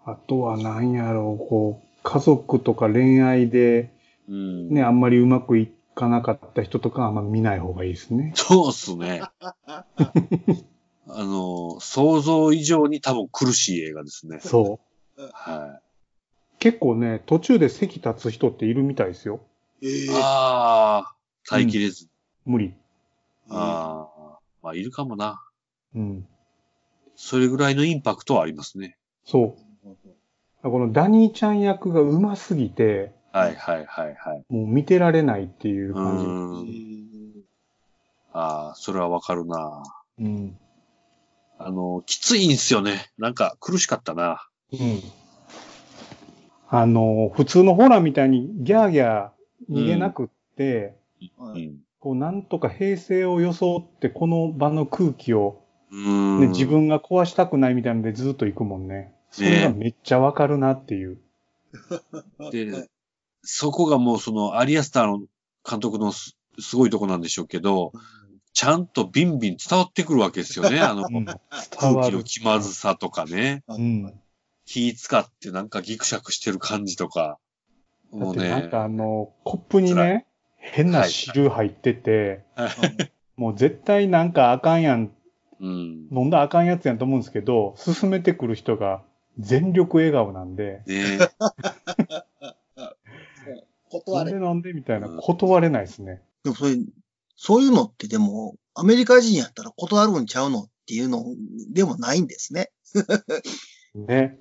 Speaker 4: あとは何やろう、こう、家族とか恋愛で、
Speaker 2: うん、
Speaker 4: ね、あんまりうまくいかなかった人とかはあんま見ない方がいいですね。
Speaker 2: そうっす ね。あのー、想像以上に多分苦しい映画ですね。
Speaker 4: そ
Speaker 2: は
Speaker 4: う。結構ね、途中で席立つ人っているみたいですよ。
Speaker 3: え
Speaker 2: い。
Speaker 3: え
Speaker 2: ああ、耐えきれず。
Speaker 4: 無理。
Speaker 2: ああ、まあいるかもな。
Speaker 4: うん。
Speaker 2: それぐらいのインパクトはありますね。
Speaker 4: そう。このダニーちゃん役がうますぎて、
Speaker 2: はいはいはいはい。
Speaker 4: もう見てられないっていう
Speaker 2: う
Speaker 4: 感
Speaker 3: え
Speaker 2: ーん。
Speaker 3: え
Speaker 2: ああ、それはわかるな。
Speaker 4: じ。うん。
Speaker 2: あの、きついんすよね。なんか苦しかったな。
Speaker 4: うん。あの、普通のホラーみたいにギャーギャー逃げなくって、
Speaker 2: う
Speaker 3: はい
Speaker 2: ん。
Speaker 4: こう、なんとか平成を装って、この場の空気を、
Speaker 2: うーん。
Speaker 4: ね、自。分が壊したくないみたいなのでずっと行くもんね。それがめっちゃわかるなっていう。
Speaker 2: で、そこがもうその、アリアスターの監督のすすごいとこなんでしょうけど、ちゃんとビンビン伝わってくるわけですよね。あの、
Speaker 4: うん伝
Speaker 2: 空
Speaker 4: わ
Speaker 2: 気の
Speaker 4: る。
Speaker 2: 気まずさとかね。
Speaker 3: は
Speaker 4: う
Speaker 3: い
Speaker 4: ん。だ
Speaker 2: 気使ってなんかギクシャクしてる感じとか。も
Speaker 4: っ
Speaker 2: う
Speaker 4: て
Speaker 2: ね。
Speaker 4: なんかあの、コップに
Speaker 2: 辛
Speaker 4: ね、変な汁入ってて、
Speaker 3: はい
Speaker 4: もう絶対なんかあかんやん、
Speaker 2: うん。
Speaker 4: 飲んだらあかんやつやんと思うんですけど、進めてくる人が全力笑顔なんで、
Speaker 2: ね
Speaker 4: な
Speaker 3: 断
Speaker 4: ん
Speaker 3: れ
Speaker 4: で。なんでみたいな、
Speaker 2: うん
Speaker 4: 断れないですね。
Speaker 3: でもそれ、そういうのってでも、アメリカ人やったら断るんちゃうのっていうのでもないんですね。
Speaker 4: ね。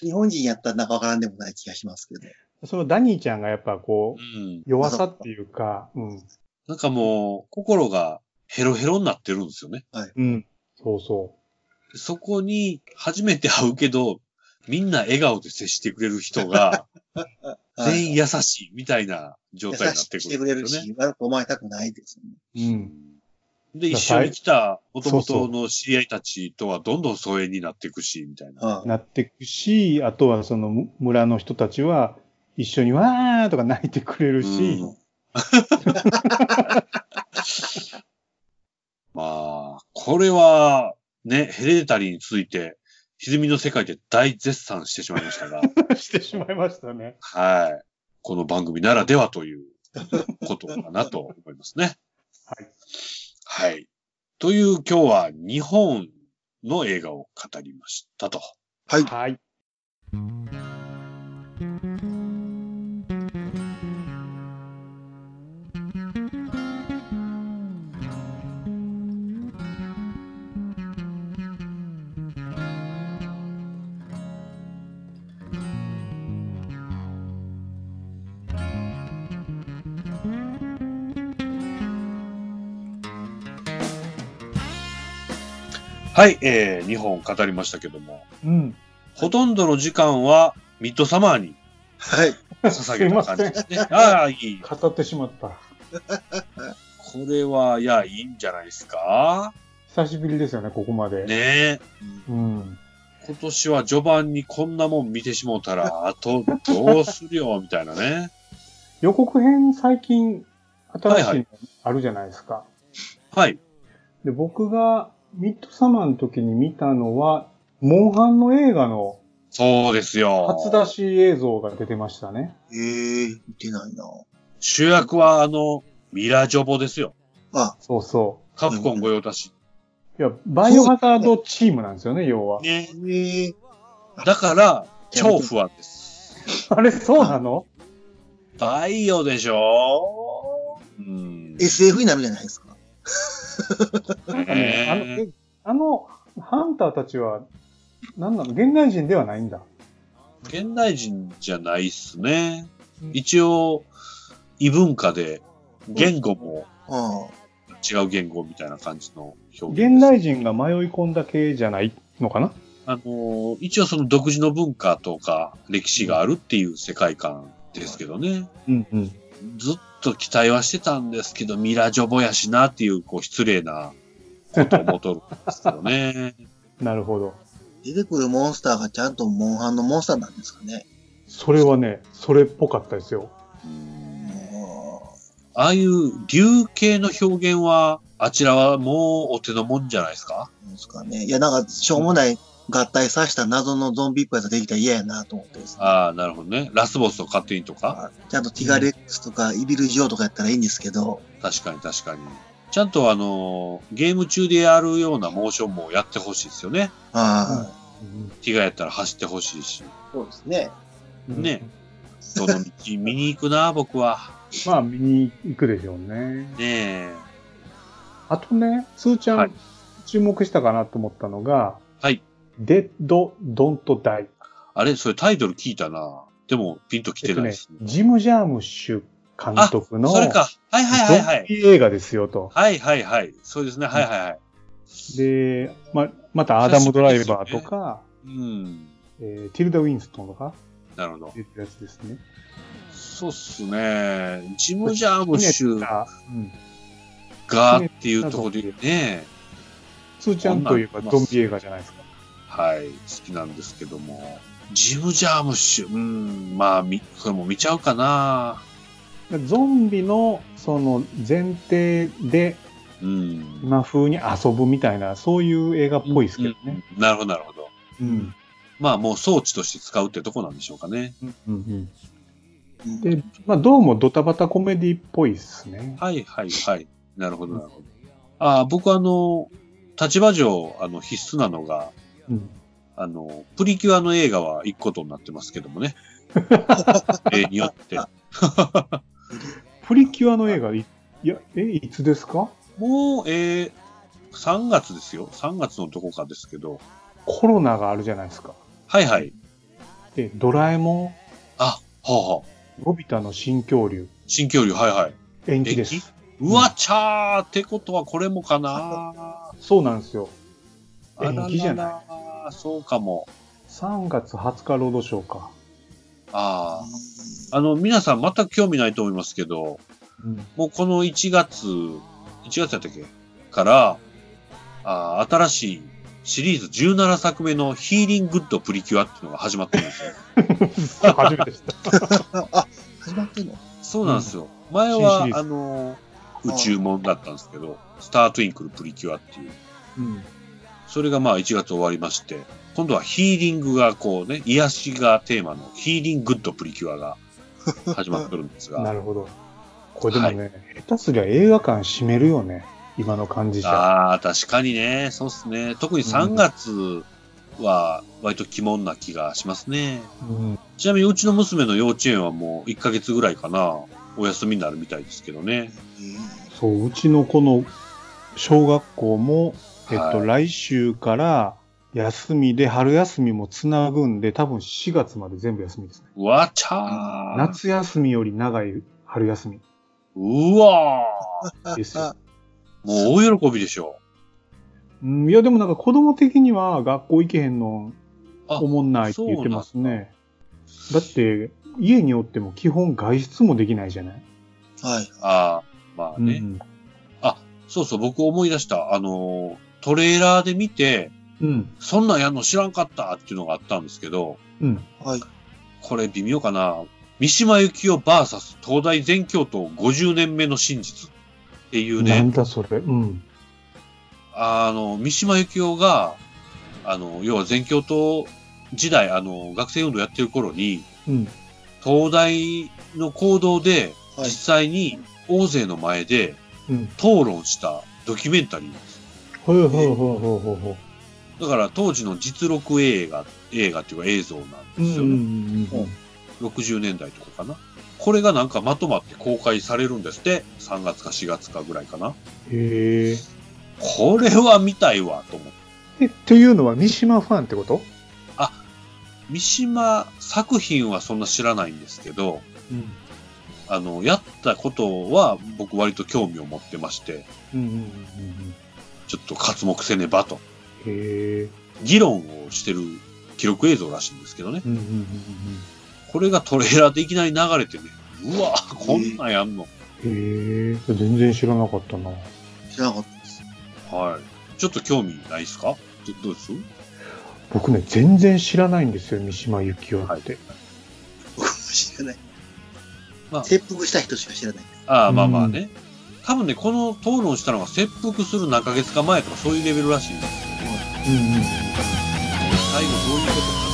Speaker 3: 日本人やったらなんかわからんでもない気がしますけど。
Speaker 4: そのダニーちゃんがやっぱこ
Speaker 2: う
Speaker 4: う、
Speaker 2: ん。
Speaker 4: 弱さっていうか、うん。
Speaker 2: なんかもう、心がヘロヘロになってるんですよね。
Speaker 4: うん。そうそ
Speaker 2: そこに、初めて会うけど、みんな笑顔で接してくれる人が、全員
Speaker 3: 員
Speaker 2: 優しいみたいな状
Speaker 3: 優
Speaker 2: 態にな
Speaker 3: し
Speaker 2: って
Speaker 3: く
Speaker 2: く
Speaker 3: し
Speaker 2: る
Speaker 3: て
Speaker 2: ん
Speaker 3: く
Speaker 2: で
Speaker 3: れ
Speaker 2: すよ
Speaker 3: る
Speaker 2: ね。
Speaker 3: し、悪く思われたくないですよね。
Speaker 4: う。うん。
Speaker 2: で、一緒に来た、元々の知り合いたちとはどんどん疎遠になっていくし、みたいな。
Speaker 3: はい
Speaker 4: なっていくし、あとはそのむ村の人たちは一緒にわーとか泣いてくれるし、
Speaker 2: うん まあ、これは、ね、ヘレデタリーについて、歪みの世界で大絶賛してしまいました が、
Speaker 4: してしまいましたね。
Speaker 2: はい。この番組ならではということかなと思いますね。
Speaker 4: はい。
Speaker 2: はい。という今日は日本の映画を語りましたと。
Speaker 3: はい。
Speaker 4: はい。
Speaker 2: はい、えー、日本を語りましたけども、
Speaker 4: うん。
Speaker 2: ほとんどの時間はミッドサマーに
Speaker 3: はい。
Speaker 2: 捧げた感じ ですね。ああ、いい。
Speaker 4: 語ってしまった。
Speaker 2: これは、いや、いいんじゃないですか
Speaker 4: 久しぶりですよね、ここまで。
Speaker 2: ねえ。
Speaker 4: うん。
Speaker 2: 今年は序盤にこんなもん見てしもうたら、あとどうするよ、みたいなね。
Speaker 4: 予告編最近新し
Speaker 2: はいは
Speaker 4: いのあるじゃないですか。
Speaker 2: はい。
Speaker 4: で、僕がミッドサマーの時に見たのは、モンハンの映画の
Speaker 2: そうですよ。
Speaker 4: 初出し映像が出てましたね。
Speaker 3: ええー、見てないな。
Speaker 2: 主役は、あの、ミラジョボですよ。
Speaker 4: そうそ
Speaker 2: カプコン御用達。
Speaker 4: う。いや、バイオハザードチームなんですよね、要は。
Speaker 2: ね。
Speaker 3: ええ
Speaker 2: だから、超不安です。
Speaker 4: あれ、そうなの
Speaker 2: バイオでしょうん。
Speaker 3: SF になるじゃないですか。
Speaker 4: なんかね、あの
Speaker 2: ね
Speaker 4: え、あのハンターたちは、なんなの現代人ではないんだ。
Speaker 2: 現代人じゃないっすね
Speaker 4: うん。
Speaker 2: 一応、異文化で、言語も
Speaker 3: うん。
Speaker 2: 違う言語みたいな感じの表現です。
Speaker 4: 現代人が迷い込んだ系じゃないのかな
Speaker 2: あのー一応その独自の文化とか歴史があるっていう世界観ですけどね。
Speaker 4: うんうん。
Speaker 2: ずっと期待はしてたんですけど、ミラジョボやしなっていう、こう、失礼なことをもとるんですけどね。
Speaker 4: なるほど。
Speaker 3: 出てくるモンスターがちゃんとモンハンのモンスターなんですかね。
Speaker 4: それはね、それっぽかったですよ。
Speaker 3: うん
Speaker 2: ああいう流形の表現は、あちらはもうお手のもんじゃないですか
Speaker 3: なんですかね。いや、なんか、しょうもない合体させた謎のゾンビっぽいやつができたら嫌やなと思ってですね。
Speaker 2: ああ、なるほどね。ラスボスと勝手にとか
Speaker 3: ちゃんとティガレックスとかイビルジオとかやったらいいんですけど、
Speaker 2: 確かに確かに。ちゃんとあのーゲーム中でやるようなモーションもやってほしいですよね。
Speaker 3: あ
Speaker 2: ティガやったら走ってほしいし。
Speaker 3: あ、そうですね。
Speaker 4: うん
Speaker 2: ねその道 見に行くな、僕は。
Speaker 4: まあ、見に行くでしょうね。
Speaker 2: ねえ。
Speaker 4: あとね、スーちゃん、
Speaker 2: はい
Speaker 4: 注目したかなと思ったのが、
Speaker 2: はい。
Speaker 4: デッド・ドント・ダイ。
Speaker 2: あれそれタイトル聞いたな。でも、ピンと来てないですね。
Speaker 4: ジム・ジャームッシュ監督の
Speaker 2: それか。はいはいはいはい。
Speaker 4: ゾンビ映画ですよと。
Speaker 2: はいはいはい。そうですね。はいはいはい。
Speaker 4: で、ま、またアダム・ドライバーとか、
Speaker 2: うん。
Speaker 4: えーティルダ・ウィンストンとか
Speaker 2: なるほど。
Speaker 4: 出てるやつですね。
Speaker 2: そうっすね。ジム・ジャームッシュ
Speaker 4: あうん。
Speaker 2: がっていうところでね。
Speaker 4: スーちゃんといえばゾンビ映画じゃないですか。
Speaker 2: はい、好きなんですけども。ジム・ジャームッシュ。うん、まあ、み、これも見ちゃうかな。
Speaker 4: ゾンビのその前提で
Speaker 2: うん。
Speaker 4: 今風に遊ぶみたいな、そういう映画っぽいですけどね。
Speaker 2: うん。なるほど、なるほど。
Speaker 4: うん。
Speaker 2: まあ、もう装置として使うってとこなんでしょうかね。
Speaker 4: うん
Speaker 3: うん
Speaker 4: で、まあ、どうもドタバタコメディっぽいっすね。
Speaker 2: はい、はい、はい。なるほど、なるほど。ああ、僕あの、立場上、あの、必須なのが、
Speaker 4: うん。
Speaker 2: あの、プリキュアの映画は行くことになってますけどもね。 例によって。
Speaker 4: プリキュアの映画、いいや、え、いつですか
Speaker 2: もう、えー、3月ですよ。3月のどこかですけど。
Speaker 4: コロナがあるじゃないですか。
Speaker 2: はい、はい。
Speaker 4: で、ドラえも
Speaker 2: あ、はあ、はあ。
Speaker 4: ん、のび太の新恐竜、
Speaker 2: 新恐竜、はい、はい。
Speaker 4: 延期です。
Speaker 2: うわちゃーってことはこれもかな
Speaker 4: そうなんですよ。
Speaker 2: あららら
Speaker 4: 延期じゃない
Speaker 2: そうかも。
Speaker 4: 3月20日ロードショーか。
Speaker 2: ああ。あの、皆さん全く興味ないと思いますけど、
Speaker 4: うん。
Speaker 2: もうこの1月、1月やったっけから、あー新しいシリーズ17作目のヒーリングッドプリキュアっていうのが始まってるんですよ。
Speaker 4: 初めて知った。
Speaker 3: あ、あ始まってんの
Speaker 2: そうなんですよ。前
Speaker 4: 新シ
Speaker 2: は
Speaker 4: リー、ズ
Speaker 2: あの、宇宙もんだったんですけど、スタートゥインクルプリキュアっていう。
Speaker 4: うん。
Speaker 2: それがまあ1月終わりまして、今度はヒーリングがこうね、癒しがテーマのヒーリンググッドプリキュアが始まってるんです
Speaker 4: な
Speaker 2: が、
Speaker 4: るほど。これでもね、下手すりゃ映画館閉めるよね。今の感じじゃ。
Speaker 2: ああ、確かにね、そうっすね。特に3月は割と鬼門な気がしますね。
Speaker 4: うん。
Speaker 2: ちなみにうちの娘の幼稚園はもう1ヶ月ぐらいかな、お休みになるみたいですけどね。
Speaker 4: そう、うちのこの小学校も、えっと、
Speaker 2: は
Speaker 4: 来週から休みで、春休みもつなぐんで、多分4月まで全部休みですね。
Speaker 2: うわちゃー
Speaker 4: 夏休みより長い春休み
Speaker 2: うわ
Speaker 4: ですよ。
Speaker 2: ーもう大喜びでしょ
Speaker 4: うん、いや、でもなんか子供的には学校行けへんの、
Speaker 2: あ
Speaker 4: おもんないって言ってますね。だって、家におっても基本外出もできないじゃない、
Speaker 3: はい。
Speaker 2: ああ、まあ
Speaker 4: うん
Speaker 2: ね。そうそう、僕思い出した。あのー、トレーラーで見て、
Speaker 4: うん。
Speaker 2: そんなんやんの知らんかったっていうのがあったんですけど、
Speaker 4: うん。
Speaker 3: はい。
Speaker 2: これ微妙かな。三島由紀夫 VS 東大全教頭50年目の真実っていう
Speaker 4: なん
Speaker 2: ね、
Speaker 4: だそれ。うん。
Speaker 2: あの、三島由紀夫が、あの、要は全教頭時代、あの、学生運動やってる頃に、
Speaker 4: うん。
Speaker 2: 東大の行動で
Speaker 3: は
Speaker 2: 実
Speaker 3: い。
Speaker 2: 際に大勢の前で
Speaker 4: うん。
Speaker 2: 討論したドキュメンタリーです。
Speaker 4: ほうほうほうほうほうほ
Speaker 2: だから当時の実録映画、映画っていうか映像なん
Speaker 4: う。う
Speaker 2: ですよね。
Speaker 4: ん。
Speaker 3: うん
Speaker 2: 60年代とかかな。これがなんかまとまって公開されるんですって、3月か4月かぐらいかな。
Speaker 4: へえ。
Speaker 2: これは見たいわ、と思って。
Speaker 4: ええ、というのは三島ファンってこと
Speaker 2: 三島作品はそんな知らないんですけど、
Speaker 4: うん。
Speaker 2: あの、やったことは僕割と興味を持ってまして、
Speaker 4: うんうんうん
Speaker 2: ちょっと活目せねばと、
Speaker 4: うん。へえ。
Speaker 2: 議論をしてる記録映像らしいんですけどね。
Speaker 4: うんうんうん
Speaker 2: これがトレーラーでいきなり流れてね、うわ、こんなんやんの。
Speaker 4: うん。へえ。全然知らなかったな。
Speaker 3: 知らなかったです。
Speaker 2: はい。ちょっと興味ないですかどどうです
Speaker 4: 僕ね、全然知らないんですよ、三島由紀夫って。
Speaker 3: 僕も 知らない。
Speaker 2: まあ
Speaker 3: 切腹した人しか知らない。
Speaker 2: ああ、まあまあね。多分ね、この討論したのが切腹する何ヶ月か前とかそういうレベルらしいんですよね。
Speaker 4: うんうん。
Speaker 2: 最後どういうことかな